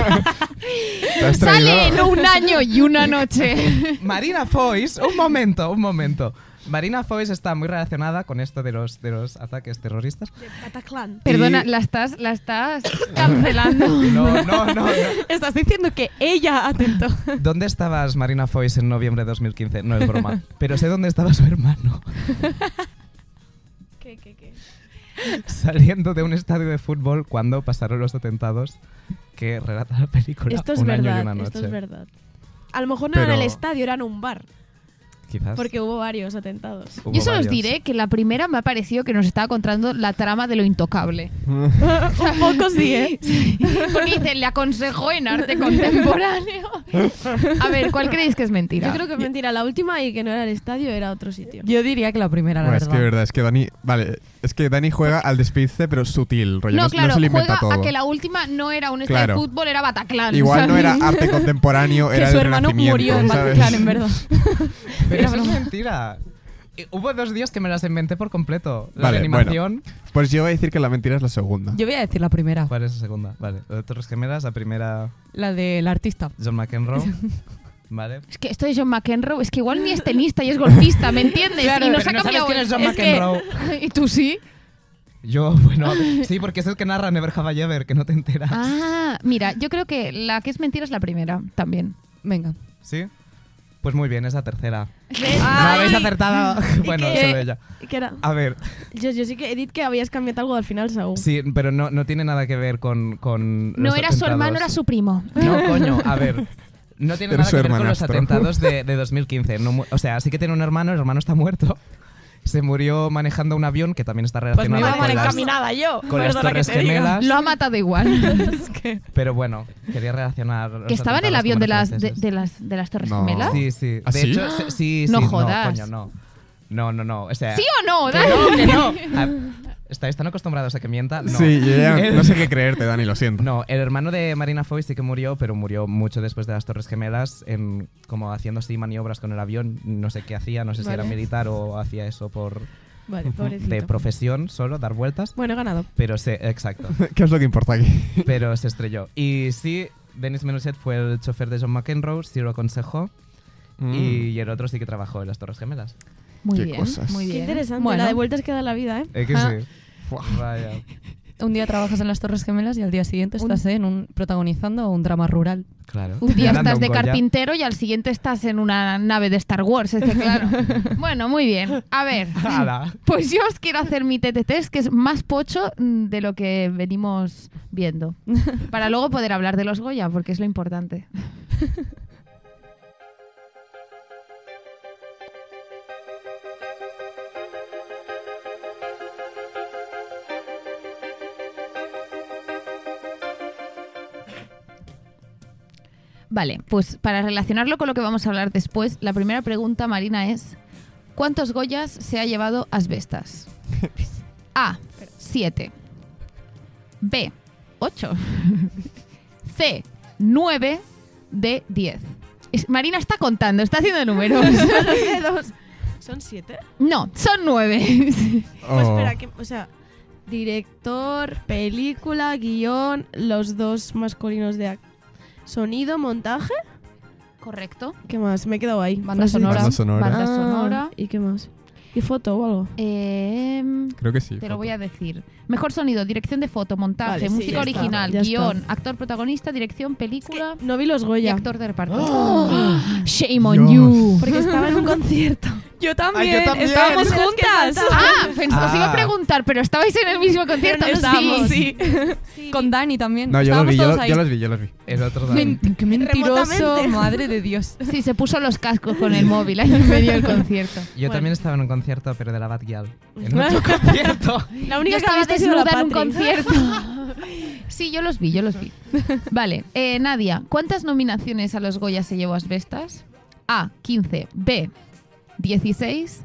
Speaker 1: [LAUGHS]
Speaker 3: ¿Te has
Speaker 1: Sale en
Speaker 3: traído?
Speaker 1: un año y
Speaker 7: [LAUGHS]
Speaker 1: una noche.
Speaker 7: Marina Foïs, un momento, un momento. Marina Foïs está muy relacionada con esto de los, de los ataques terroristas.
Speaker 2: De Bataclan.
Speaker 1: Perdona,
Speaker 7: Y-
Speaker 1: la estás, la estás cancelando.
Speaker 7: No, no, no, no.
Speaker 6: Estás diciendo que ella atentó.
Speaker 7: ¿Dónde estabas, Marina Foïs, en noviembre de 2015? No es broma. Pero sé dónde estaba su hermano,
Speaker 2: ¿Qué, qué, qué?
Speaker 7: [LAUGHS] saliendo de un estadio de fútbol cuando pasaron los atentados que relata la película.
Speaker 2: Esto es
Speaker 7: un año y una
Speaker 2: verdad,
Speaker 7: noche.
Speaker 2: esto es verdad. A lo mejor no era en el
Speaker 3: Pero-
Speaker 2: estadio, era en un bar,
Speaker 7: Quizás.
Speaker 2: porque hubo varios
Speaker 6: [LAUGHS]
Speaker 2: atentados.
Speaker 7: [LAUGHS] hubo
Speaker 1: Yo solo os
Speaker 7: varios.
Speaker 1: diré que la primera me ha parecido que nos estaba contando la trama de lo
Speaker 6: [LAUGHS]
Speaker 1: intocable.
Speaker 2: Un poco [LAUGHS] sí, ¿eh?
Speaker 1: Porque dice, le aconsejó en arte
Speaker 6: [LAUGHS]
Speaker 1: contemporáneo. A ver, ¿cuál creéis que es mentira?
Speaker 2: Yo creo que es mentira. La última y que no era el estadio, era otro sitio.
Speaker 6: Yo diría que la primera, la
Speaker 3: Bueno, es
Speaker 6: verdad.
Speaker 3: que verdad, es que Dani. Vale, es que Dani juega al despiste, pero sutil, rollo. No,
Speaker 1: no,
Speaker 3: se- no
Speaker 1: claro,
Speaker 3: se lo inventa
Speaker 1: juega
Speaker 3: todo.
Speaker 1: a que la última no era un estadio
Speaker 3: Claro.
Speaker 1: de fútbol, era Bataclan.
Speaker 3: Igual
Speaker 1: ¿sabes?
Speaker 3: no era arte contemporáneo, era
Speaker 6: que su
Speaker 3: el
Speaker 6: hermano
Speaker 3: Renacimiento,
Speaker 6: murió en
Speaker 3: ¿sabes?
Speaker 6: Vaticano, en verdad.
Speaker 7: Pero
Speaker 6: Era
Speaker 7: eso es
Speaker 6: broma.
Speaker 7: mentira. Eh, Hubo dos días que me las inventé por completo. La
Speaker 3: Vale,
Speaker 7: animación.
Speaker 3: Pues yo voy a decir que la mentira es la segunda.
Speaker 6: Yo voy a decir la primera.
Speaker 7: ¿Cuál es la segunda? Vale, la de Torres Gemelas, la primera
Speaker 6: La del artista.
Speaker 2: [LAUGHS]
Speaker 7: John McEnroe. vale.
Speaker 1: Es que esto de John McEnroe, es que igual ni es tenista y es golfista, ¿me entiendes?
Speaker 6: Claro,
Speaker 1: y nos
Speaker 6: pero
Speaker 1: ha
Speaker 6: no sabes
Speaker 1: cambiado
Speaker 6: quién es John
Speaker 1: que-
Speaker 6: McEnroe.
Speaker 1: [LAUGHS] ¿Y tú sí?
Speaker 7: Yo, bueno, sí, porque es el que narra Never Have I Ever, que no te enteras.
Speaker 1: Ah, mira, yo creo que la que es mentira es la primera también.
Speaker 6: Venga.
Speaker 7: ¿Sí? Pues muy bien, es la tercera.
Speaker 2: ¿Ves?
Speaker 7: No
Speaker 2: Ay.
Speaker 7: habéis acertado.
Speaker 2: [LAUGHS] ¿Y
Speaker 7: bueno,
Speaker 2: qué?
Speaker 7: solo ella.
Speaker 2: ¿Qué era?
Speaker 7: A ver,
Speaker 2: Yo, yo sí que Edith que habías cambiado algo al final, Saúl.
Speaker 7: sí, pero no, no tiene nada que ver con. con
Speaker 1: No
Speaker 7: los
Speaker 1: era su hermano,
Speaker 7: atentados.
Speaker 1: era su primo.
Speaker 7: No,
Speaker 1: [LAUGHS]
Speaker 7: coño, a ver. No tiene
Speaker 3: Pero
Speaker 7: nada que
Speaker 3: su
Speaker 7: ver con los
Speaker 3: hermanastro.
Speaker 7: atentados de, de 2015. no mu- o sea, sí que tiene un hermano, el hermano está muerto. Se murió manejando un avión que también está
Speaker 6: Pues me
Speaker 7: relacionado
Speaker 6: iba
Speaker 7: con,
Speaker 6: mal
Speaker 7: las,
Speaker 6: encaminada yo.
Speaker 7: con las
Speaker 6: perdona que
Speaker 7: Torres
Speaker 6: te diga.
Speaker 7: Gemelas.
Speaker 1: Lo ha matado [LAUGHS] igual.
Speaker 6: Es que-
Speaker 7: Pero bueno, quería relacionar. los
Speaker 1: ¿Que estaba en el
Speaker 7: atentados
Speaker 1: avión
Speaker 7: con
Speaker 1: de
Speaker 7: los
Speaker 1: las, de,
Speaker 7: franceses.
Speaker 1: de las, de las Torres
Speaker 3: No.
Speaker 1: Gemelas?
Speaker 7: Sí, sí. De
Speaker 3: ¿Ah, sí?
Speaker 7: hecho, se- sí, sí.
Speaker 1: No jodas.
Speaker 7: coño, no. No, no, no. O sea,
Speaker 1: ¿Sí o no?
Speaker 7: que no, que no. Ah, ¿Estáis tan acostumbrados a que mienta? No.
Speaker 3: Sí, yo
Speaker 7: [LAUGHS]
Speaker 3: ya
Speaker 7: El-
Speaker 3: no sé qué creerte, Dani, lo siento.
Speaker 7: No, el hermano de Marina Foy sí que murió, pero murió mucho después de las Torres Gemelas, en, como haciendo así maniobras con el avión, no sé qué hacía, no sé si
Speaker 2: Vale.
Speaker 7: era militar o hacía eso por
Speaker 2: Vale,
Speaker 7: de
Speaker 2: pobrecito.
Speaker 7: profesión solo, dar vueltas,
Speaker 2: Bueno, he ganado.
Speaker 7: pero se,
Speaker 1: [LAUGHS]
Speaker 7: exacto,
Speaker 3: [LAUGHS] ¿Qué es lo que importa aquí?
Speaker 7: pero se estrelló. Y sí, Dennis Menuchet fue el chofer de John McEnroe, sí lo aconsejó, y, y el otro sí que trabajó en las Torres Gemelas.
Speaker 1: Muy
Speaker 3: Qué
Speaker 1: bien,
Speaker 3: cosas.
Speaker 1: muy
Speaker 2: Qué
Speaker 1: bien.
Speaker 2: interesante.
Speaker 6: Bueno.
Speaker 2: La de vueltas que da la vida,
Speaker 6: [LAUGHS]
Speaker 2: ¿eh?
Speaker 7: Es que
Speaker 6: Ah.
Speaker 7: sí. Vaya.
Speaker 6: Un día trabajas en las Torres Gemelas y al día siguiente estás ¿eh? en un protagonizando un drama rural.
Speaker 7: Claro.
Speaker 1: Un día
Speaker 7: Ganando
Speaker 1: estás
Speaker 7: un
Speaker 1: de
Speaker 7: Goya.
Speaker 1: carpintero y al siguiente estás en una nave de Star Wars. Es que claro. bueno, muy bien. A ver.
Speaker 7: Ala.
Speaker 1: [LAUGHS] Pues yo os quiero hacer mi TTT, es que es más pocho mm, de lo que venimos viendo. Para luego poder hablar de los Goya, porque es lo importante. Vale, pues para relacionarlo con lo que vamos a hablar después, la primera pregunta, Marina, es ¿Cuántos Goyas se ha llevado [LAUGHS] Asbestas? A. 7. B. 8. [LAUGHS] C. 9. D. 10. Es- Marina está contando, está haciendo números. [LAUGHS]
Speaker 2: Dos. ¿Son siete?
Speaker 1: No, son 9.
Speaker 2: Pues
Speaker 3: Oh.
Speaker 2: espera, que, o sea, director, película, guión, los dos masculinos de ac- sonido, montaje.
Speaker 1: Correcto.
Speaker 2: ¿Qué más? Me he quedado ahí.
Speaker 1: Banda
Speaker 2: Frases.
Speaker 1: sonora.
Speaker 3: Banda sonora.
Speaker 1: Banda
Speaker 2: Ah,
Speaker 1: sonora.
Speaker 2: ¿Y qué más? ¿Y foto o algo?
Speaker 1: Em,
Speaker 3: Creo que sí.
Speaker 1: te lo voy a decir. Mejor sonido, dirección de foto, montaje,
Speaker 2: Vale, sí,
Speaker 1: música
Speaker 2: ya está,
Speaker 1: original,
Speaker 2: ya está.
Speaker 1: guión, actor protagonista, dirección,
Speaker 2: Es que
Speaker 1: película
Speaker 2: no vi los
Speaker 1: y
Speaker 2: Goya.
Speaker 1: actor de reparto. [GASPS] Shame on
Speaker 3: Dios.
Speaker 1: you.
Speaker 2: Porque estaba en un [LAUGHS] concierto.
Speaker 6: Yo
Speaker 7: también, Ay, yo también. estábamos
Speaker 6: juntas.
Speaker 1: [LAUGHS] Ah, pensé, os iba a
Speaker 7: Ah.
Speaker 1: preguntar, pero estabais en el mismo concierto.
Speaker 6: no
Speaker 1: Sí,
Speaker 6: estábamos.
Speaker 1: sí.
Speaker 6: Con Dani también.
Speaker 3: No, yo los
Speaker 6: Estábamos
Speaker 3: vi, yo,
Speaker 6: todos
Speaker 3: lo-
Speaker 6: ahí.
Speaker 3: yo los vi, yo [LAUGHS] los vi.
Speaker 7: El otro también.
Speaker 6: Men- Qué mentiroso,
Speaker 2: Remotamente.
Speaker 6: madre de [LAUGHS] Dios.
Speaker 1: Sí, se puso los cascos con el móvil ahí en medio del concierto.
Speaker 7: Yo
Speaker 2: Bueno.
Speaker 7: también estaba en un concierto, pero de la Bad Gyal.
Speaker 1: [LAUGHS]
Speaker 7: En otro concierto.
Speaker 2: La
Speaker 1: Yo
Speaker 2: única que ha
Speaker 1: estaba
Speaker 2: visto ha sido la
Speaker 1: desnuda en un
Speaker 2: Patri.
Speaker 1: concierto. Sí, yo los vi, yo los vi. Vale, eh, Nadia, ¿cuántas nominaciones a los Goya se llevó Asbestas? A, 15, B, 16,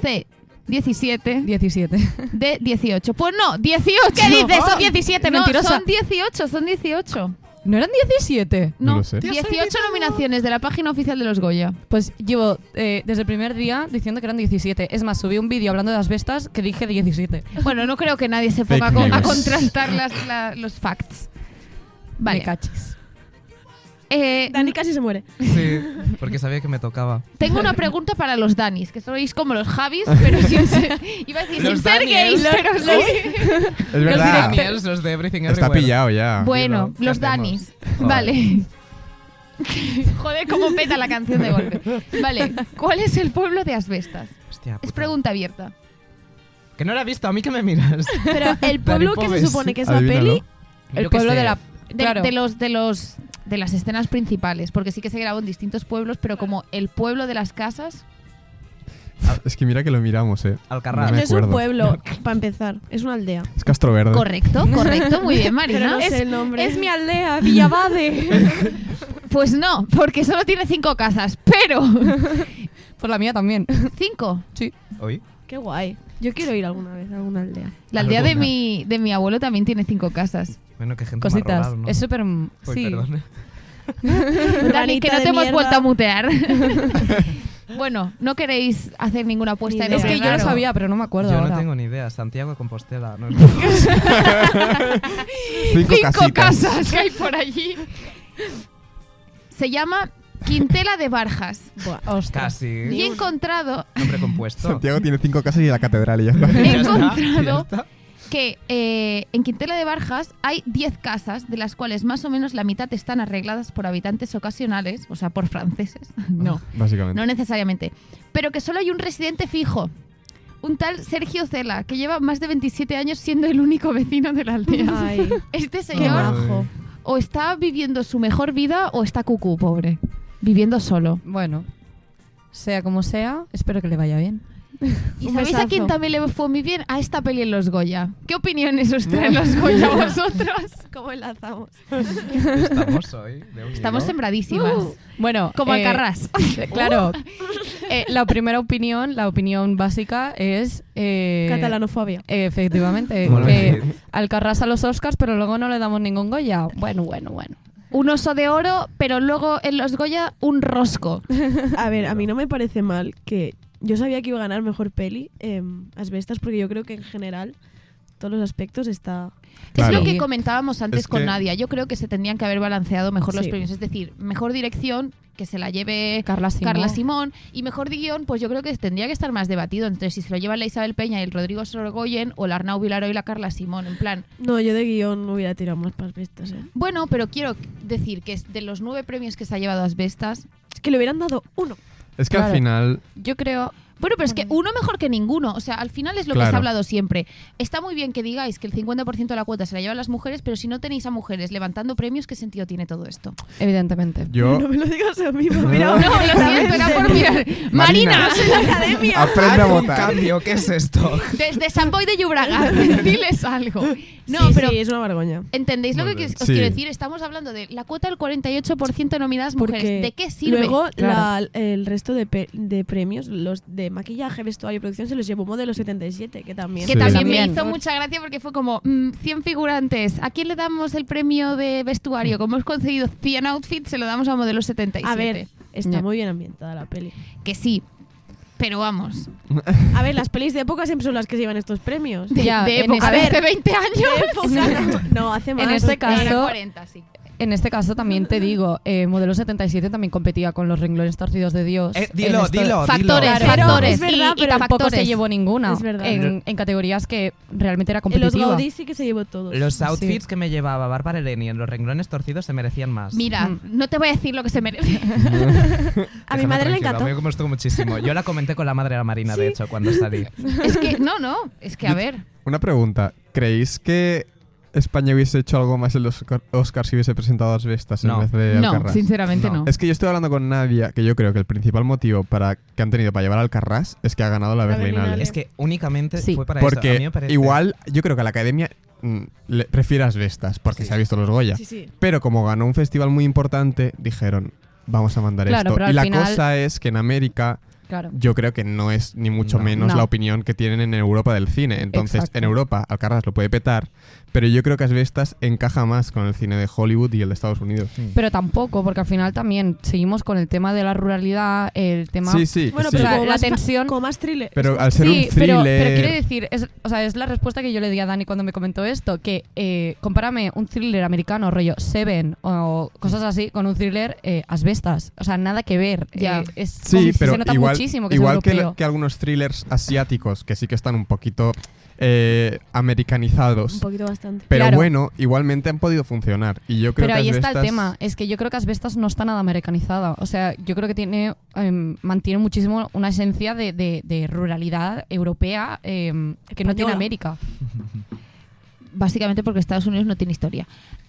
Speaker 1: C, 17,
Speaker 6: 17.
Speaker 1: D, 18. Pues no, 18.
Speaker 6: ¿Qué dices? Son
Speaker 1: 17, no,
Speaker 6: mentirosa.
Speaker 1: Son 18, son 18.
Speaker 6: ¿No eran 17?
Speaker 3: No
Speaker 1: No,
Speaker 3: lo sé.
Speaker 1: 18 nominaciones de la página oficial de los Goya.
Speaker 6: Pues llevo eh, desde el primer día diciendo que eran 17. Es más, subí un vídeo hablando de las bestas que dije 17.
Speaker 1: Bueno, no creo que nadie se
Speaker 3: Fake
Speaker 1: ponga co- a
Speaker 3: news.
Speaker 1: contrastar las- la- los facts.
Speaker 6: Me
Speaker 1: Vale.
Speaker 6: cachis.
Speaker 1: Eh,
Speaker 2: [LAUGHS] Dani casi se muere.
Speaker 3: [LAUGHS]
Speaker 7: Sí, porque sabía que me tocaba.
Speaker 1: tengo una pregunta para los Danis, que sois como los Javis, pero sin ser, iba a decir,
Speaker 7: Los
Speaker 1: sin ser
Speaker 7: Daniels.
Speaker 1: gays, pero sí.
Speaker 3: Es verdad.
Speaker 7: Daniels, los de Everything
Speaker 3: Está
Speaker 7: Everywhere.
Speaker 3: pillado ya.
Speaker 1: Bueno,
Speaker 7: Dilo,
Speaker 1: los
Speaker 7: cantemos.
Speaker 1: Danis. Vale. [LAUGHS] Joder, cómo peta la canción de golpe. Vale, ¿cuál es el pueblo de Asbestas?
Speaker 7: Hostia,
Speaker 1: Es
Speaker 7: puta.
Speaker 1: pregunta abierta.
Speaker 7: Que no la he visto, a mí que me miras.
Speaker 2: [LAUGHS] Pero el pueblo que se
Speaker 7: Pobes.
Speaker 2: supone que es la
Speaker 3: Adivínalo.
Speaker 2: peli,
Speaker 6: [LAUGHS] El
Speaker 7: Yo qué
Speaker 6: pueblo
Speaker 7: sé.
Speaker 6: de la...
Speaker 1: De,
Speaker 6: claro.
Speaker 1: de los de los de las escenas principales, porque sí que se grabó en distintos pueblos, pero como el pueblo de las casas,
Speaker 3: Ah, Es que mira que lo miramos, eh.
Speaker 7: Alcarrás.
Speaker 3: me
Speaker 2: no es un
Speaker 3: acuerdo. [LAUGHS]
Speaker 2: pueblo, para empezar, es una aldea.
Speaker 3: Es Castro Verde.
Speaker 1: correcto, correcto, muy bien,
Speaker 2: Pero
Speaker 1: Marina.
Speaker 2: no
Speaker 1: Es-
Speaker 2: sé el nombre.
Speaker 6: Es mi aldea, Villavade.
Speaker 2: [LAUGHS]
Speaker 1: pues no, porque solo tiene cinco casas, pero [LAUGHS]
Speaker 6: Por Pues la mía también. [LAUGHS]
Speaker 1: cinco.
Speaker 7: Hoy.
Speaker 2: Qué guay. Yo quiero ir alguna vez a alguna aldea.
Speaker 1: La aldea de
Speaker 7: Alguna.
Speaker 1: mi de mi abuelo también tiene cinco casas.
Speaker 7: Bueno, que gente
Speaker 6: Cositas.
Speaker 7: marroral, ¿no?
Speaker 6: Es súper...
Speaker 7: Uy,
Speaker 6: sí.
Speaker 7: perdón.
Speaker 1: Dani, que
Speaker 2: Urbanita
Speaker 1: no
Speaker 2: de
Speaker 1: te hemos
Speaker 2: mierda.
Speaker 1: vuelto a
Speaker 2: [LAUGHS]
Speaker 1: mutear. bueno, no queréis hacer ninguna apuesta.
Speaker 2: Ni
Speaker 1: en
Speaker 2: idea.
Speaker 6: Es que
Speaker 1: este
Speaker 6: yo lo
Speaker 1: raro.
Speaker 6: sabía, pero no me acuerdo
Speaker 7: Yo
Speaker 6: ahora.
Speaker 7: no tengo ni idea. Santiago de Compostela. No es
Speaker 6: [LAUGHS]
Speaker 7: [LAUGHS]
Speaker 3: Cinco,
Speaker 1: Cinco
Speaker 3: casitas.
Speaker 1: casas que hay por allí. [LAUGHS] Se llama Quintela de Barjas
Speaker 2: Buah.
Speaker 6: Ostras.
Speaker 1: y
Speaker 7: Casi.
Speaker 1: he encontrado
Speaker 7: Nombre compuesto.
Speaker 3: Santiago tiene cinco casas y la catedral y ya está.
Speaker 1: he
Speaker 7: Ya está, ya
Speaker 1: encontrado
Speaker 7: está.
Speaker 1: que eh, en Quintela de Barjas hay 10 casas, de las cuales más o menos la mitad están arregladas por habitantes ocasionales, o sea, por franceses. [LAUGHS] No,
Speaker 3: Básicamente.
Speaker 1: no necesariamente. Pero que solo hay un residente fijo. Un tal Sergio Cela, que lleva más de 27 años siendo el único vecino de la aldea.
Speaker 2: Ay,
Speaker 1: Este
Speaker 2: qué
Speaker 1: señor
Speaker 2: bajo.
Speaker 1: o está viviendo su mejor vida o está cucú, pobre. Viviendo solo.
Speaker 6: Bueno, sea como sea, espero que le vaya bien.
Speaker 1: ¿Y
Speaker 2: Un
Speaker 1: sabéis a
Speaker 2: besazo.
Speaker 1: quién también le fue muy bien? A esta peli en los Goya. ¿Qué opiniones os traen los [LAUGHS] Goya vosotros?
Speaker 2: ¿Cómo enlazamos?
Speaker 7: Estamos hoy. de un
Speaker 1: Estamos
Speaker 7: hilo.
Speaker 1: sembradísimas.
Speaker 6: Bueno,
Speaker 1: Uh, como [LAUGHS]
Speaker 6: eh,
Speaker 1: Alcarrás.
Speaker 6: eh, Claro. [LAUGHS] Eh, la primera opinión, la opinión básica es... eh,
Speaker 2: Catalanofobia.
Speaker 7: [LAUGHS]
Speaker 6: Efectivamente.
Speaker 7: Bueno,
Speaker 6: que
Speaker 3: [LAUGHS]
Speaker 7: sí.
Speaker 6: Alcarrás a los Oscars, pero luego no le damos ningún Goya. Bueno, bueno, bueno.
Speaker 1: Un oso de oro, pero luego en los Goya un rosco.
Speaker 2: A ver, a mí no me parece mal que yo sabía que iba a ganar mejor peli em, Asbestas porque yo creo que en general todos los aspectos está
Speaker 1: Es
Speaker 3: Claro.
Speaker 1: lo que comentábamos antes
Speaker 3: Es
Speaker 1: con
Speaker 3: que-
Speaker 1: Nadia. Yo creo que se tendrían que haber balanceado mejor los
Speaker 2: Sí.
Speaker 1: premios. Es decir, mejor dirección, que se la lleve
Speaker 6: Carla Simón.
Speaker 1: Carla Simón. Y mejor guión, pues yo creo que tendría que estar más debatido entre si se lo llevan la Isabel Peña y el Rodrigo Sorogoyen o la Arnau Vilaro y la Carla Simón. En plan,
Speaker 2: No, yo de guión no hubiera tirado más para Asbestas, eh.
Speaker 1: bueno, pero quiero decir que es de los nueve premios que se ha llevado Asbestas,
Speaker 2: Es que le hubieran dado uno.
Speaker 3: Es que al
Speaker 6: Claro.
Speaker 3: final
Speaker 6: Yo creo...
Speaker 1: Bueno, pero es que uno mejor que ninguno. O sea, al final es lo que se
Speaker 3: Claro.
Speaker 1: ha hablado siempre. Está muy bien que digáis que el 50% de la cuota se la llevan las mujeres, pero si no tenéis a mujeres levantando premios, ¿qué sentido tiene todo esto?
Speaker 6: Evidentemente.
Speaker 3: yo
Speaker 2: No me lo digas a mí, me
Speaker 3: No.
Speaker 1: No,
Speaker 2: mira. [LAUGHS]
Speaker 1: lo siento, era por mirar. Marina, [LAUGHS]
Speaker 3: Marina. aprendo a
Speaker 7: Haz un
Speaker 3: votar.
Speaker 7: cambio, ¿qué
Speaker 6: [LAUGHS]
Speaker 7: es esto?
Speaker 1: desde San Boy de Llobregat, [LAUGHS] diles algo. No,
Speaker 2: sí,
Speaker 1: pero
Speaker 2: sí, es una vergüenza.
Speaker 1: ¿entendéis lo
Speaker 7: Muy
Speaker 1: que
Speaker 7: bien.
Speaker 1: os
Speaker 3: Sí.
Speaker 1: quiero decir? Estamos hablando de la cuota del 48% nominadas mujeres.
Speaker 2: Porque
Speaker 1: ¿De qué sirve?
Speaker 2: Luego la- el resto de, pe- de premios, los de maquillaje, vestuario y producción, se los llevó modelo 77, que también.
Speaker 1: Que
Speaker 3: Sí.
Speaker 1: también me
Speaker 6: También.
Speaker 1: hizo mucha gracia porque fue como mm, 100 figurantes. ¿A quién le damos el premio de vestuario? Como hemos conseguido 100 outfits, se lo damos a modelo 77.
Speaker 2: A ver, está
Speaker 6: Ya.
Speaker 2: muy bien ambientada la peli.
Speaker 1: Que sí. Pero vamos.
Speaker 2: A ver, las pelis de época siempre son las que se llevan estos premios.
Speaker 1: De,
Speaker 6: Ya,
Speaker 1: de
Speaker 6: en
Speaker 1: época de
Speaker 6: este-
Speaker 2: a ver,
Speaker 1: hace 20 años.
Speaker 6: [LAUGHS]
Speaker 2: Época, no, no, hace más.
Speaker 6: En este
Speaker 1: Era
Speaker 6: caso-
Speaker 1: 40, sí.
Speaker 6: En este caso también te digo, eh, Modelo 77 también competía con los renglones torcidos de Dios.
Speaker 7: Eh, dilo,
Speaker 6: En esto-
Speaker 7: dilo.
Speaker 1: Factores,
Speaker 7: dilo.
Speaker 6: Claro.
Speaker 1: factores.
Speaker 2: Es verdad,
Speaker 1: y, y
Speaker 6: Y
Speaker 2: Ah, pero
Speaker 6: tampoco
Speaker 1: factores.
Speaker 6: se llevó ninguna
Speaker 2: Es verdad.
Speaker 6: en, en categorías que realmente era
Speaker 2: en los
Speaker 6: competitiva.
Speaker 2: Gaudí sí que se llevó todo.
Speaker 7: Los outfits que me llevaba Bárbara Eleni en los renglones torcidos se merecían más.
Speaker 1: Mira,
Speaker 6: Mm.
Speaker 1: no te voy a decir lo que se merece. [LAUGHS]
Speaker 2: A mi madre le encantó.
Speaker 7: A mí me gustó muchísimo. Yo la comenté con la madre de la Marina, de hecho,
Speaker 2: [LAUGHS]
Speaker 7: cuando salí.
Speaker 1: es que, no, no. Es que, a ver.
Speaker 3: [LAUGHS] Una pregunta. ¿Creéis que España hubiese hecho algo más en los Oscar- Oscars si hubiese presentado las bestas
Speaker 7: No.
Speaker 3: en vez de
Speaker 1: No,
Speaker 3: Alcarrás?
Speaker 1: sinceramente no.
Speaker 7: No.
Speaker 3: Es que yo estoy hablando con Nadia, que yo creo que el principal motivo para que han tenido para llevar al Alcarrás es que ha ganado la
Speaker 2: La
Speaker 3: Berlinale.
Speaker 2: Berlinale.
Speaker 7: Es que únicamente
Speaker 6: Sí.
Speaker 7: fue para eso. A mí
Speaker 3: Porque
Speaker 7: me parece-
Speaker 3: igual yo creo que a la academia mm, le prefiere las bestas, porque
Speaker 7: Sí.
Speaker 3: se ha visto los Goya.
Speaker 2: Sí, sí.
Speaker 3: Pero como ganó un festival muy importante, dijeron, vamos a mandar
Speaker 6: Claro,
Speaker 3: esto.
Speaker 6: pero
Speaker 3: Y
Speaker 6: al
Speaker 3: la
Speaker 6: final-
Speaker 3: cosa es que en América
Speaker 6: Claro.
Speaker 3: yo creo que no es ni mucho
Speaker 7: No.
Speaker 3: menos
Speaker 6: No.
Speaker 3: la opinión que tienen en Europa del cine. Entonces,
Speaker 6: Exacto.
Speaker 3: en Europa, Alcaraz lo puede petar, pero yo creo que Asbestas encaja más con el cine de Hollywood y el de Estados Unidos.
Speaker 7: Mm.
Speaker 6: Pero tampoco, porque al final también seguimos con el tema de la ruralidad, el tema...
Speaker 3: Sí, sí,
Speaker 2: Bueno,
Speaker 3: sí.
Speaker 2: pero
Speaker 6: O sea,
Speaker 2: como
Speaker 6: la
Speaker 2: más pa-
Speaker 6: tensión-
Speaker 2: Como más thriller.
Speaker 3: Pero al ser
Speaker 6: Sí,
Speaker 3: un thriller...
Speaker 6: pero, pero quiero decir, es, o sea, es la respuesta que yo le di a Dani cuando me comentó esto, que eh, compárame un thriller americano, rollo Seven o cosas así, con un thriller eh, asbestas. O sea, nada que ver.
Speaker 1: Ya.
Speaker 6: Eh, es,
Speaker 3: Sí,
Speaker 6: como-
Speaker 3: pero
Speaker 6: se nota
Speaker 3: igual,
Speaker 6: muchísimo que es
Speaker 3: igual que,
Speaker 6: europeo.
Speaker 3: que algunos thrillers asiáticos que sí que están un poquito eh, americanizados.
Speaker 2: Un poquito bastante.
Speaker 3: pero
Speaker 6: Claro.
Speaker 3: bueno, igualmente han podido funcionar. Y yo creo
Speaker 6: Pero
Speaker 3: que
Speaker 6: ahí está el
Speaker 3: Asbestas-
Speaker 6: tema, es que yo creo que Asbestas no está nada americanizada. O sea, yo creo que tiene em, mantiene muchísimo una esencia de, de- de ruralidad europea em, que no tiene
Speaker 2: Española.
Speaker 6: América.
Speaker 1: básicamente porque Estados Unidos no tiene historia.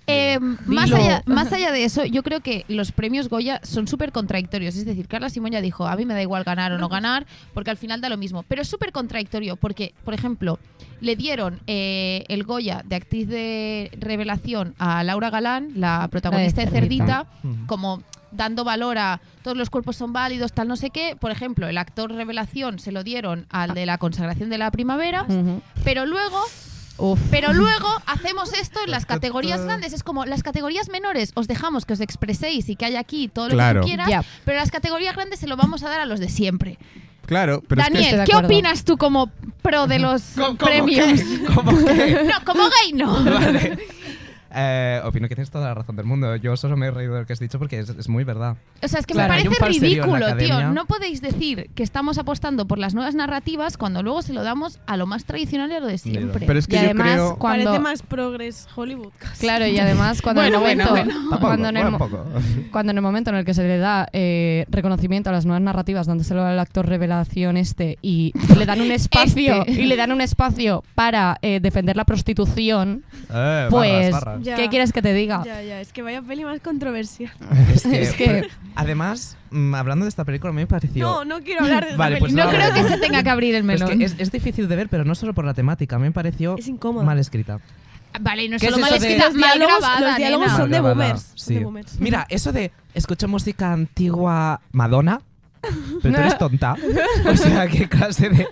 Speaker 1: Eh, más,
Speaker 6: Dilo.
Speaker 1: allá, más allá de eso, yo creo que los premios Goya son súper contradictorios. Es decir, Carla Simón ya dijo, a mí me da igual ganar o no ganar, porque al final da lo mismo. Pero es súper contradictorio porque, por ejemplo, le dieron eh, el Goya de actriz de revelación a Laura Galán, la protagonista de
Speaker 6: Cerdita.
Speaker 1: Cerdita, como dando valor a todos los cuerpos son válidos, tal no sé qué. Por ejemplo, el actor revelación se lo dieron al de la consagración de la primavera,
Speaker 6: Ujú.
Speaker 1: pero luego
Speaker 6: Uf.
Speaker 1: pero luego hacemos esto en las categorías grandes. Es como las categorías menores os dejamos que os expreséis y que haya aquí todo lo
Speaker 3: Claro.
Speaker 1: que tú quieras,
Speaker 6: Ya.
Speaker 1: pero las categorías grandes se lo vamos a dar a los de siempre.
Speaker 3: Claro, pero es que-
Speaker 6: Estoy
Speaker 1: Daniel,
Speaker 6: de
Speaker 1: ¿qué
Speaker 6: acuerdo.
Speaker 1: opinas tú como pro de los premios?
Speaker 7: ¿Cómo qué?
Speaker 1: [LAUGHS] No, como gay no.
Speaker 7: Vale. Eh, opino que tienes toda la razón del mundo. Yo solo me he reído de lo que has dicho porque es, es muy verdad.
Speaker 1: O sea, es que
Speaker 7: Claro, hay
Speaker 1: me
Speaker 7: un
Speaker 1: parece
Speaker 7: farserío en la
Speaker 1: ridículo, tío.
Speaker 7: academia.
Speaker 1: No podéis decir que estamos apostando por las nuevas narrativas cuando luego se lo damos a lo más tradicional y a lo de siempre.
Speaker 3: Pero es que
Speaker 6: y
Speaker 3: yo
Speaker 6: además,
Speaker 3: creo-
Speaker 6: cuando,
Speaker 2: Parece más progres Hollywood casi.
Speaker 6: claro, y además cuando en el
Speaker 1: Bueno,
Speaker 6: momento,
Speaker 1: bueno,
Speaker 7: Tampoco,
Speaker 6: cuando en el
Speaker 7: bueno,
Speaker 6: mo- [LAUGHS]
Speaker 7: tampoco.
Speaker 6: cuando en el momento en el que se le da eh, reconocimiento a las nuevas narrativas, dándoselo al actor revelación este y le dan un espacio
Speaker 1: Este.
Speaker 6: y le dan un espacio para eh, defender la prostitución,
Speaker 7: Eh,
Speaker 6: pues
Speaker 7: barras, barras.
Speaker 2: Ya.
Speaker 6: ¿qué quieres que te diga?
Speaker 2: Ya, ya, es que vaya peli más controversial.
Speaker 7: Es que,
Speaker 6: Es que-
Speaker 7: Además, mm, hablando de esta película, a mí me pareció.
Speaker 2: No, no quiero hablar de esa
Speaker 7: Vale,
Speaker 2: peli.
Speaker 7: pues
Speaker 1: no
Speaker 7: nada,
Speaker 1: creo que
Speaker 7: vale.
Speaker 1: se tenga que abrir el
Speaker 7: Pero es,
Speaker 1: melón.
Speaker 7: que es, es difícil de ver, pero no solo por la temática. A mí me pareció
Speaker 2: Es incómodo.
Speaker 7: mal escrita.
Speaker 1: Vale, y no
Speaker 7: ¿Qué
Speaker 1: solo
Speaker 7: es
Speaker 1: mal
Speaker 7: eso de-
Speaker 1: escrita,
Speaker 2: Los
Speaker 1: mal
Speaker 2: diálogos-
Speaker 1: grabada,
Speaker 2: los diálogos
Speaker 1: nena.
Speaker 2: son- de
Speaker 7: grabada,
Speaker 2: boomers, son de boomers.
Speaker 7: Mira, eso de escucho música antigua Madonna, pero tú eres tonta. O sea, qué clase de.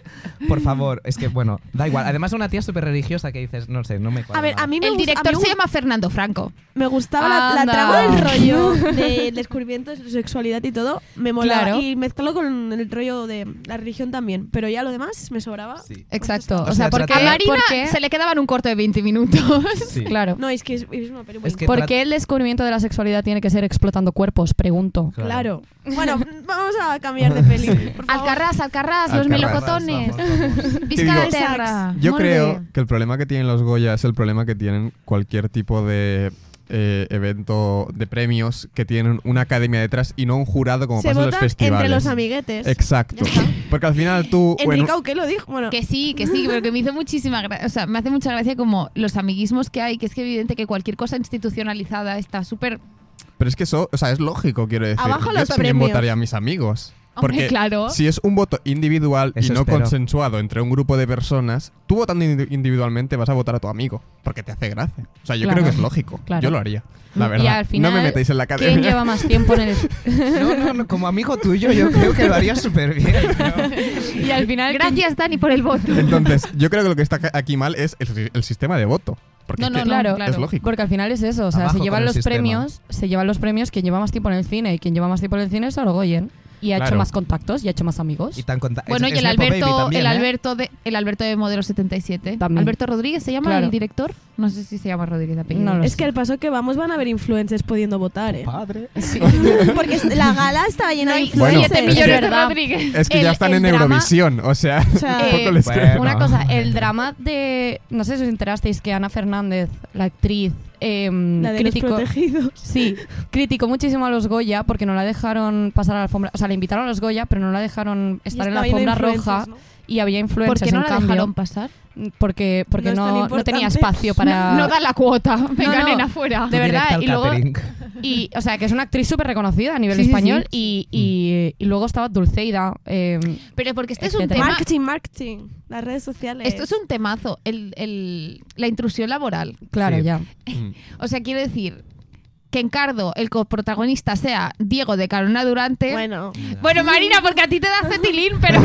Speaker 7: Por favor, es que bueno, da igual. Además, una tía súper religiosa que dices, no sé, no me cuadra
Speaker 2: A ver,
Speaker 7: nada.
Speaker 2: a mí me
Speaker 1: El
Speaker 2: gust- a
Speaker 1: director
Speaker 2: mí
Speaker 1: se
Speaker 2: me
Speaker 1: llama Fernando Franco.
Speaker 2: Me gustaba la- la,
Speaker 6: Anda.
Speaker 2: trama del rollo del descubrimiento de su sexualidad y todo. Me molaba.
Speaker 6: Claro.
Speaker 2: Y mezclarlo con el rollo de la religión también. Pero ya lo demás me sobraba.
Speaker 7: Sí.
Speaker 6: eh, Exacto.
Speaker 7: O
Speaker 6: O
Speaker 7: sea,
Speaker 6: sea, porque
Speaker 7: trata-
Speaker 1: A Marina
Speaker 6: porque-
Speaker 1: se le quedaban un corto de 20
Speaker 2: [LAUGHS]
Speaker 1: minutos.
Speaker 7: Sí.
Speaker 6: Claro.
Speaker 2: No, es que es, es una peli muy
Speaker 7: Es que-
Speaker 6: ¿Por
Speaker 7: trat-
Speaker 6: qué el descubrimiento de la sexualidad tiene que ser explotando cuerpos? Pregunto.
Speaker 2: Claro. Bueno, vamos a cambiar de peli. por favor.
Speaker 1: Alcarrás, Alcarrás,
Speaker 3: Alcarrás,
Speaker 1: los melocotones.
Speaker 7: Vamos, vamos.
Speaker 1: Vizca de
Speaker 2: digo?
Speaker 1: Terra.
Speaker 6: Pues,
Speaker 3: Yo
Speaker 1: Molt
Speaker 3: creo
Speaker 1: bé.
Speaker 3: que el problema que tienen los Goya es el problema que tienen cualquier tipo de eh, evento de premios que tienen una academia detrás y no un jurado como
Speaker 2: Se
Speaker 3: pasa en los
Speaker 2: vota
Speaker 3: festivales.
Speaker 2: entre los amiguetes.
Speaker 3: Exacto.
Speaker 1: Ya está.
Speaker 3: Porque al final tú. bueno,
Speaker 2: Enrique Auque lo dijo. Bueno,
Speaker 1: Que sí, que sí, pero que me hizo muchísima gracia. O sea, me hace mucha gracia como los amiguismos que hay, que es que evidente que cualquier cosa institucionalizada está súper.
Speaker 3: pero es que eso, o sea, es lógico, quiero decir.
Speaker 2: Abajo
Speaker 3: Yo
Speaker 2: los
Speaker 3: también
Speaker 2: premios.
Speaker 3: votaría a mis amigos.
Speaker 1: Hombre,
Speaker 3: Porque
Speaker 1: claro.
Speaker 3: si es un voto individual y
Speaker 7: Eso
Speaker 3: no
Speaker 7: espero.
Speaker 3: consensuado entre un grupo de personas, tú votando indi- individualmente vas a votar a tu amigo. Porque te hace gracia. O sea, yo
Speaker 6: Claro.
Speaker 3: creo que es lógico.
Speaker 6: Claro. Mm,
Speaker 3: Yo lo haría. La verdad.
Speaker 6: Y al final,
Speaker 3: no me metéis en la academia.
Speaker 6: ¿Quién lleva más tiempo en el [LAUGHS]
Speaker 7: No, no, no, como amigo tuyo, yo creo que lo haría súper bien.
Speaker 6: y al final ¿quién-
Speaker 1: Gracias, Dani, por el voto.
Speaker 3: [LAUGHS] Entonces, yo creo que lo que está ca- aquí mal es el, si- el sistema de voto. Porque
Speaker 1: No,
Speaker 3: es
Speaker 1: no,
Speaker 3: que
Speaker 1: no,
Speaker 6: claro,
Speaker 1: claro.
Speaker 3: es lógico.
Speaker 6: Porque al final es eso, o sea,
Speaker 7: Abajo
Speaker 6: se
Speaker 7: con
Speaker 6: llevan
Speaker 7: el
Speaker 6: los
Speaker 7: sistema.
Speaker 6: premios, se llevan los premios quien lleva más tiempo en el cine y quien lleva más tiempo en el cine es Orogoyen y ha hecho
Speaker 3: Claro.
Speaker 6: más contactos y ha hecho más amigos.
Speaker 7: Y tan conta-
Speaker 1: Bueno,
Speaker 7: es-
Speaker 1: y
Speaker 7: es
Speaker 1: el
Speaker 7: Nepo Baby
Speaker 1: Alberto,
Speaker 7: también,
Speaker 1: el,
Speaker 7: ¿eh?
Speaker 1: Alberto de, el Alberto de Modelo 77.
Speaker 6: También.
Speaker 1: Alberto Rodríguez se llama
Speaker 6: Claro.
Speaker 1: el director. No sé si se llama Rodríguez de apellido.
Speaker 6: No lo
Speaker 2: es que al paso que vamos van a haber influencers pudiendo votar, ¿eh?
Speaker 7: Padre.
Speaker 3: [LAUGHS]
Speaker 1: [LAUGHS]
Speaker 2: Porque es- la gala estaba llena de
Speaker 3: Bueno,
Speaker 2: influencers.
Speaker 3: siete
Speaker 1: millones
Speaker 3: que-
Speaker 1: de
Speaker 6: es verdad.
Speaker 1: Rodríguez.
Speaker 3: Es que
Speaker 6: el-
Speaker 3: ya están
Speaker 6: el
Speaker 3: en
Speaker 6: drama-
Speaker 3: Eurovisión, o sea,
Speaker 2: O
Speaker 3: [LAUGHS]
Speaker 2: sea,
Speaker 3: tampoco
Speaker 6: eh,
Speaker 3: les
Speaker 7: bueno.
Speaker 3: creo.
Speaker 6: Una
Speaker 3: [LAUGHS]
Speaker 6: cosa, el drama de no sé si os enterasteis que Ana Fernández, la actriz, em,
Speaker 2: la de los
Speaker 6: criticó
Speaker 2: protegidos.
Speaker 6: Sí, criticó muchísimo a los Goya porque no la dejaron pasar a la alfombra. O sea, le invitaron a los Goya, pero no la dejaron
Speaker 2: Y
Speaker 6: estar en la
Speaker 2: estaba llena
Speaker 6: alfombra
Speaker 2: de
Speaker 6: roja
Speaker 2: influencers, ¿no?
Speaker 6: y había
Speaker 1: ¿Por
Speaker 6: influencers
Speaker 1: qué no
Speaker 6: en
Speaker 1: la
Speaker 6: cambio.
Speaker 1: dejaron pasar?
Speaker 6: Porque, porque
Speaker 2: No es tan
Speaker 6: no, no
Speaker 2: importante.
Speaker 6: tenía espacio
Speaker 1: [LAUGHS]
Speaker 6: para.
Speaker 1: No da la cuota. Venga,
Speaker 6: no.
Speaker 1: nena, fuera.
Speaker 6: De
Speaker 7: Directa
Speaker 6: verdad,
Speaker 7: al
Speaker 6: y luego-
Speaker 7: catering.
Speaker 6: y, o sea, que es una actriz súper reconocida a nivel
Speaker 1: Sí, sí,
Speaker 6: español. Y, y- y luego estaba Dulceida. eh,
Speaker 1: Pero porque este es un
Speaker 6: Etcétera.
Speaker 1: tema.
Speaker 2: Marketing, marketing. Las redes sociales.
Speaker 1: Esto es un temazo, el- el- la intrusión laboral.
Speaker 6: claro,
Speaker 7: Sí.
Speaker 6: ya.
Speaker 3: Mm.
Speaker 1: O sea, quiero decir, que Encardo, el coprotagonista, sea Diego de Carona Durante. Bueno,
Speaker 2: Bueno,
Speaker 1: Marina, porque a ti te da cetilín,
Speaker 3: [LAUGHS]
Speaker 1: pero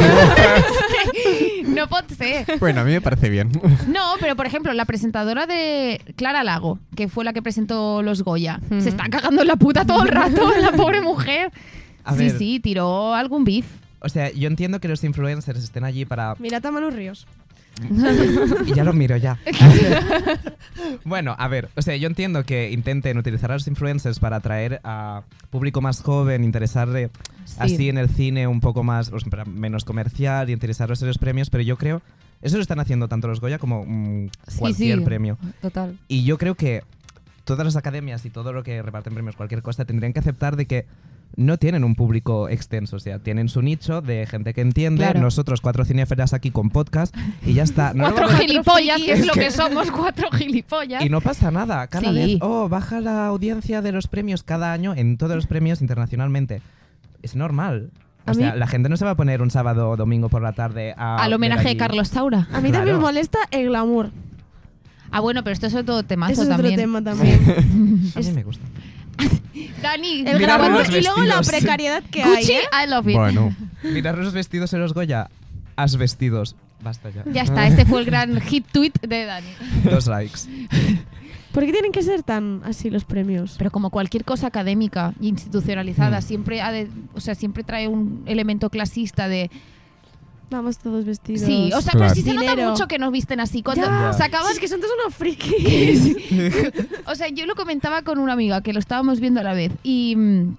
Speaker 1: [LAUGHS] no pot ser.
Speaker 3: Bueno, a mí me parece bien.
Speaker 1: No, pero por ejemplo, la presentadora de Clara Lago, que fue la que presentó los Goya,
Speaker 6: Ujú.
Speaker 2: Mm.
Speaker 1: se está cagando en la puta todo el rato, la pobre mujer.
Speaker 7: A
Speaker 1: sí,
Speaker 7: ver.
Speaker 1: sí, tiró algún beef.
Speaker 7: O sea, yo entiendo que los influencers estén allí para...
Speaker 2: mirad a Manu Ríos.
Speaker 7: [LAUGHS] Y ya lo miro ya. bueno, a ver, o sea, yo entiendo que intenten utilizar a los influencers para atraer a público más joven, interesarle
Speaker 6: Sí.
Speaker 7: así en el cine un poco más, o sea, para- menos comercial y interesarlos en los premios, pero yo creo, eso lo están haciendo tanto los Goya como mm,
Speaker 6: Sí,
Speaker 7: cualquier
Speaker 6: sí.
Speaker 7: premio.
Speaker 6: Total.
Speaker 7: Y yo creo que todas las academias y todo lo que reparten premios, cualquier cosa, tendrían que aceptar de que no tienen un público extenso, o sea, tienen su nicho de gente que entiende,
Speaker 6: Claro.
Speaker 7: nosotros cuatro cinéfilas aquí con podcast y ya
Speaker 6: [LAUGHS]
Speaker 7: está. No lo
Speaker 1: cuatro
Speaker 7: vamos a-
Speaker 1: gilipollas, que es
Speaker 7: Es
Speaker 1: lo
Speaker 7: que-
Speaker 1: que somos, cuatro gilipollas.
Speaker 7: y no pasa nada, cada
Speaker 1: Sí.
Speaker 7: vez, oh, baja la audiencia de los premios cada año en todos los premios internacionalmente. Es normal. O
Speaker 2: A
Speaker 7: sea,
Speaker 2: mí-
Speaker 7: la gente no se va a poner un sábado o domingo por la tarde a
Speaker 1: Al
Speaker 7: ver
Speaker 1: homenaje de
Speaker 7: allí.
Speaker 1: Carlos Saura.
Speaker 2: A mí
Speaker 7: Claro.
Speaker 2: también me molesta el glamour.
Speaker 1: Ah, bueno, pero esto es otro temazo
Speaker 2: Ese es otro
Speaker 1: también.
Speaker 2: tema también.
Speaker 7: A mí me gusta.
Speaker 1: Dani,
Speaker 2: El
Speaker 1: mira,
Speaker 2: glamour
Speaker 1: Gucci,
Speaker 2: y luego la
Speaker 7: vestidos.
Speaker 2: precariedad que hay.
Speaker 1: Gucci,
Speaker 2: ¿eh?
Speaker 1: I love it.
Speaker 3: Bueno,
Speaker 7: Mirar los vestidos en los Goya. Has vestidos. Basta ya.
Speaker 1: Ya está, este fue el gran hit tweet de Dani.
Speaker 7: [LAUGHS] Dos likes.
Speaker 2: ¿Por qué tienen que ser tan así los premios?
Speaker 1: Pero como cualquier cosa académica e institucionalizada,
Speaker 7: Mm.
Speaker 1: siempre, ha de- o sea, siempre trae un elemento clasista de...
Speaker 2: Vamos todos vestidos.
Speaker 1: Sí, o sea, pero
Speaker 3: Claro.
Speaker 1: sí se nota
Speaker 2: Dinero.
Speaker 1: mucho que nos visten así. Cuando
Speaker 2: Ya.
Speaker 1: se acaban-
Speaker 2: Si es que son todos unos frikis. [LAUGHS]
Speaker 1: O sea, yo lo comentaba con una amiga que lo estábamos viendo a la vez y, mm,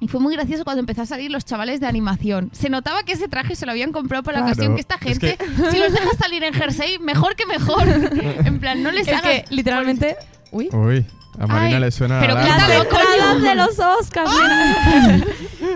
Speaker 1: y fue muy gracioso cuando empezó a salir los chavales de animación. Se notaba que ese traje se lo habían comprado para la
Speaker 3: Claro,
Speaker 1: ocasión, que esta
Speaker 3: es
Speaker 1: gente, si los dejas salir en jersey, mejor que mejor. en plan, no les
Speaker 6: Es
Speaker 1: hagas...
Speaker 6: que literalmente. [LAUGHS] Uy.
Speaker 3: uy, a Marina
Speaker 1: Ay,
Speaker 3: le suena
Speaker 1: pero
Speaker 3: la
Speaker 1: claro,
Speaker 3: alarma.
Speaker 1: coño.
Speaker 6: de los Oscars.
Speaker 1: Ah.
Speaker 6: nena.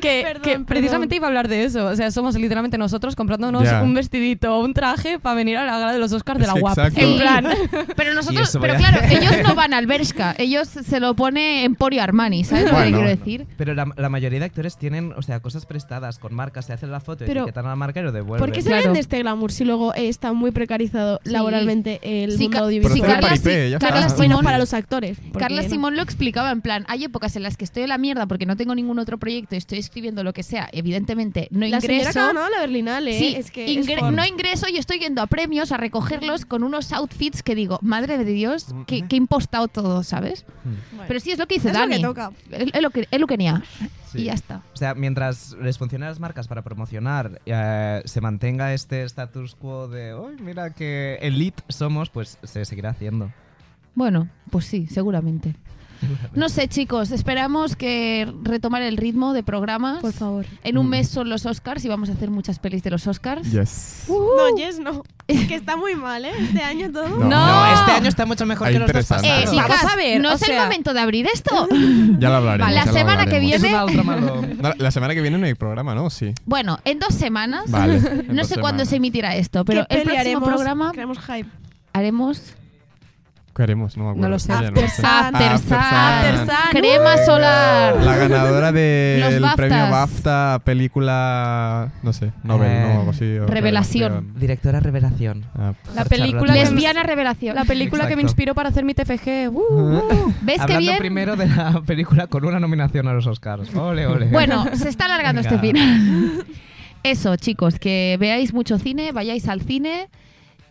Speaker 6: que,
Speaker 2: Perdón,
Speaker 6: que
Speaker 2: perdón.
Speaker 6: precisamente iba a hablar de eso. O sea, somos literalmente nosotros comprándonos
Speaker 3: Ya.
Speaker 6: un vestidito o un traje para venir a la gala de los Oscars de
Speaker 3: Es
Speaker 6: la
Speaker 3: que
Speaker 6: UAP.
Speaker 3: exacto.
Speaker 6: En
Speaker 1: Sí.
Speaker 6: plan.
Speaker 1: [LAUGHS] Pero nosotros,
Speaker 7: eso
Speaker 1: pero
Speaker 7: voy a-
Speaker 1: claro, ellos no van al Bershka, ellos se lo pone Emporio Armani, ¿sabes lo que
Speaker 3: Bueno.
Speaker 1: quiero decir?
Speaker 7: Pero la, la mayoría de actores tienen, o sea, cosas prestadas con marcas, se hacen la foto,
Speaker 2: Pero-
Speaker 7: etiquetan a la marca y lo devuelven.
Speaker 2: ¿Por qué se
Speaker 1: Claro.
Speaker 2: vende este glamour si luego eh, está muy precarizado
Speaker 1: Sí.
Speaker 2: laboralmente el
Speaker 1: Sí,
Speaker 2: mundo
Speaker 1: Ca-
Speaker 2: audiovisual?
Speaker 1: sí,
Speaker 3: Pero hacer
Speaker 1: Carla,
Speaker 3: paripé,
Speaker 1: sí,
Speaker 3: ya está.
Speaker 1: Carla
Speaker 3: Ah,
Speaker 1: Simón,
Speaker 2: bueno, para los actores. porque
Speaker 1: Carla
Speaker 2: no.
Speaker 1: Simón lo explicaba en plan, hay épocas en las que estoy en la mierda porque no tengo ningún otro proyecto y estoy escribiendo lo que sea, evidentemente no
Speaker 2: La señora que ha
Speaker 1: ingreso.
Speaker 2: ganado la Berlinale, ¿eh?
Speaker 1: Sí,
Speaker 2: es que
Speaker 1: ingre-
Speaker 2: es por-
Speaker 1: no ingreso y estoy yendo a premios a recogerlos con unos outfits que digo, madre de Dios, que, he impostado todo, ¿sabes?
Speaker 7: Hmm.
Speaker 2: Bueno,
Speaker 1: Pero sí, es lo que dice
Speaker 2: es lo
Speaker 1: Dani.
Speaker 2: que toca.
Speaker 1: Es- es lo que- es lo que ni ha.
Speaker 7: Sí.
Speaker 1: Y ya está.
Speaker 7: O sea, mientras les funcionen las marcas para promocionar, eh, se mantenga este status quo de, uy, mira que elite somos, pues se seguirá haciendo.
Speaker 1: Bueno, pues sí, seguramente. No sé, chicos, esperamos que retomar el ritmo de programas.
Speaker 2: Por favor.
Speaker 1: En un mes son los Oscars y vamos a hacer muchas pelis de los Oscars.
Speaker 3: Yes.
Speaker 2: No, Jess,
Speaker 1: Uh.
Speaker 2: no. Es que está muy mal, ¿eh? Este año todo.
Speaker 3: No. No,
Speaker 7: este año está mucho mejor
Speaker 3: Ahí
Speaker 7: que los dos
Speaker 3: interesante.
Speaker 1: Eh,
Speaker 7: pasados.
Speaker 6: sí.
Speaker 1: chicas,
Speaker 6: Vamos a ver,
Speaker 1: no
Speaker 6: o
Speaker 1: es el
Speaker 6: sea-
Speaker 1: momento de abrir
Speaker 6: [LAUGHS]
Speaker 1: esto.
Speaker 3: Ya lo hablaremos.
Speaker 1: Vale, la
Speaker 3: ya lo
Speaker 1: semana que
Speaker 3: hablaremos.
Speaker 1: viene-
Speaker 7: Es una otra malo.
Speaker 3: No, la semana que viene no hay programa, ¿no? Sí.
Speaker 1: Bueno, en dos semanas.
Speaker 3: Vale.
Speaker 1: No sé cuándo se emitirá esto, pero
Speaker 2: ¿Qué
Speaker 1: el
Speaker 2: peli
Speaker 1: próximo
Speaker 2: haremos?
Speaker 1: programa
Speaker 2: Creamos hype.
Speaker 1: haremos
Speaker 3: ¿Qué haremos? No me acuerdo.
Speaker 6: lo sé.
Speaker 3: Ya
Speaker 2: After Sun.
Speaker 1: After Sun,
Speaker 3: After
Speaker 2: Sun.
Speaker 1: crema solar.
Speaker 3: La ganadora
Speaker 1: Los
Speaker 3: del
Speaker 1: BAFTAs.
Speaker 3: premio BAFTA a película, no sé, Nobel,
Speaker 7: Eh,
Speaker 3: no, algo así. o
Speaker 1: Revelación.
Speaker 7: Directora Revelación.
Speaker 3: Ah,
Speaker 6: La película
Speaker 7: Por
Speaker 6: que
Speaker 7: charlatán.
Speaker 6: nos-
Speaker 1: Lesbiana revelación.
Speaker 6: La película que me
Speaker 7: Exacto.
Speaker 6: inspiró para hacer mi TFG.
Speaker 7: [LAUGHS]
Speaker 6: Uh,
Speaker 1: [LAUGHS] ¿Ves qué
Speaker 7: Hablando
Speaker 1: bien?
Speaker 7: primero de la [LAUGHS] película con una nominación a los Oscars. Ole, ole.
Speaker 1: Bueno,
Speaker 3: [LAUGHS]
Speaker 1: se está alargando
Speaker 7: Venga.
Speaker 1: este final. [LAUGHS] Eso, chicos, que veáis mucho cine, vayáis al cine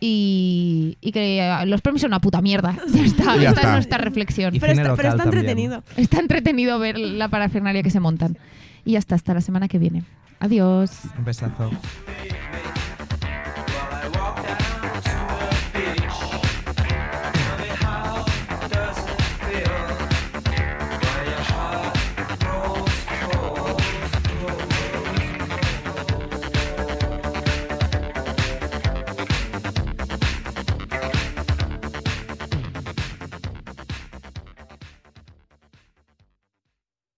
Speaker 1: y, y que eh, los premios son una puta mierda. [LAUGHS] Ya está,
Speaker 3: Y ya
Speaker 1: esta es
Speaker 3: está.
Speaker 1: nuestra reflexión.
Speaker 7: Y
Speaker 2: Pero
Speaker 7: cine
Speaker 2: está, pero
Speaker 7: local
Speaker 2: está
Speaker 7: también.
Speaker 2: entretenido.
Speaker 1: Está entretenido ver la parafernalia que se montan. Y ya está, hasta la semana que viene. Adiós.
Speaker 7: Un besazo.
Speaker 4: Mi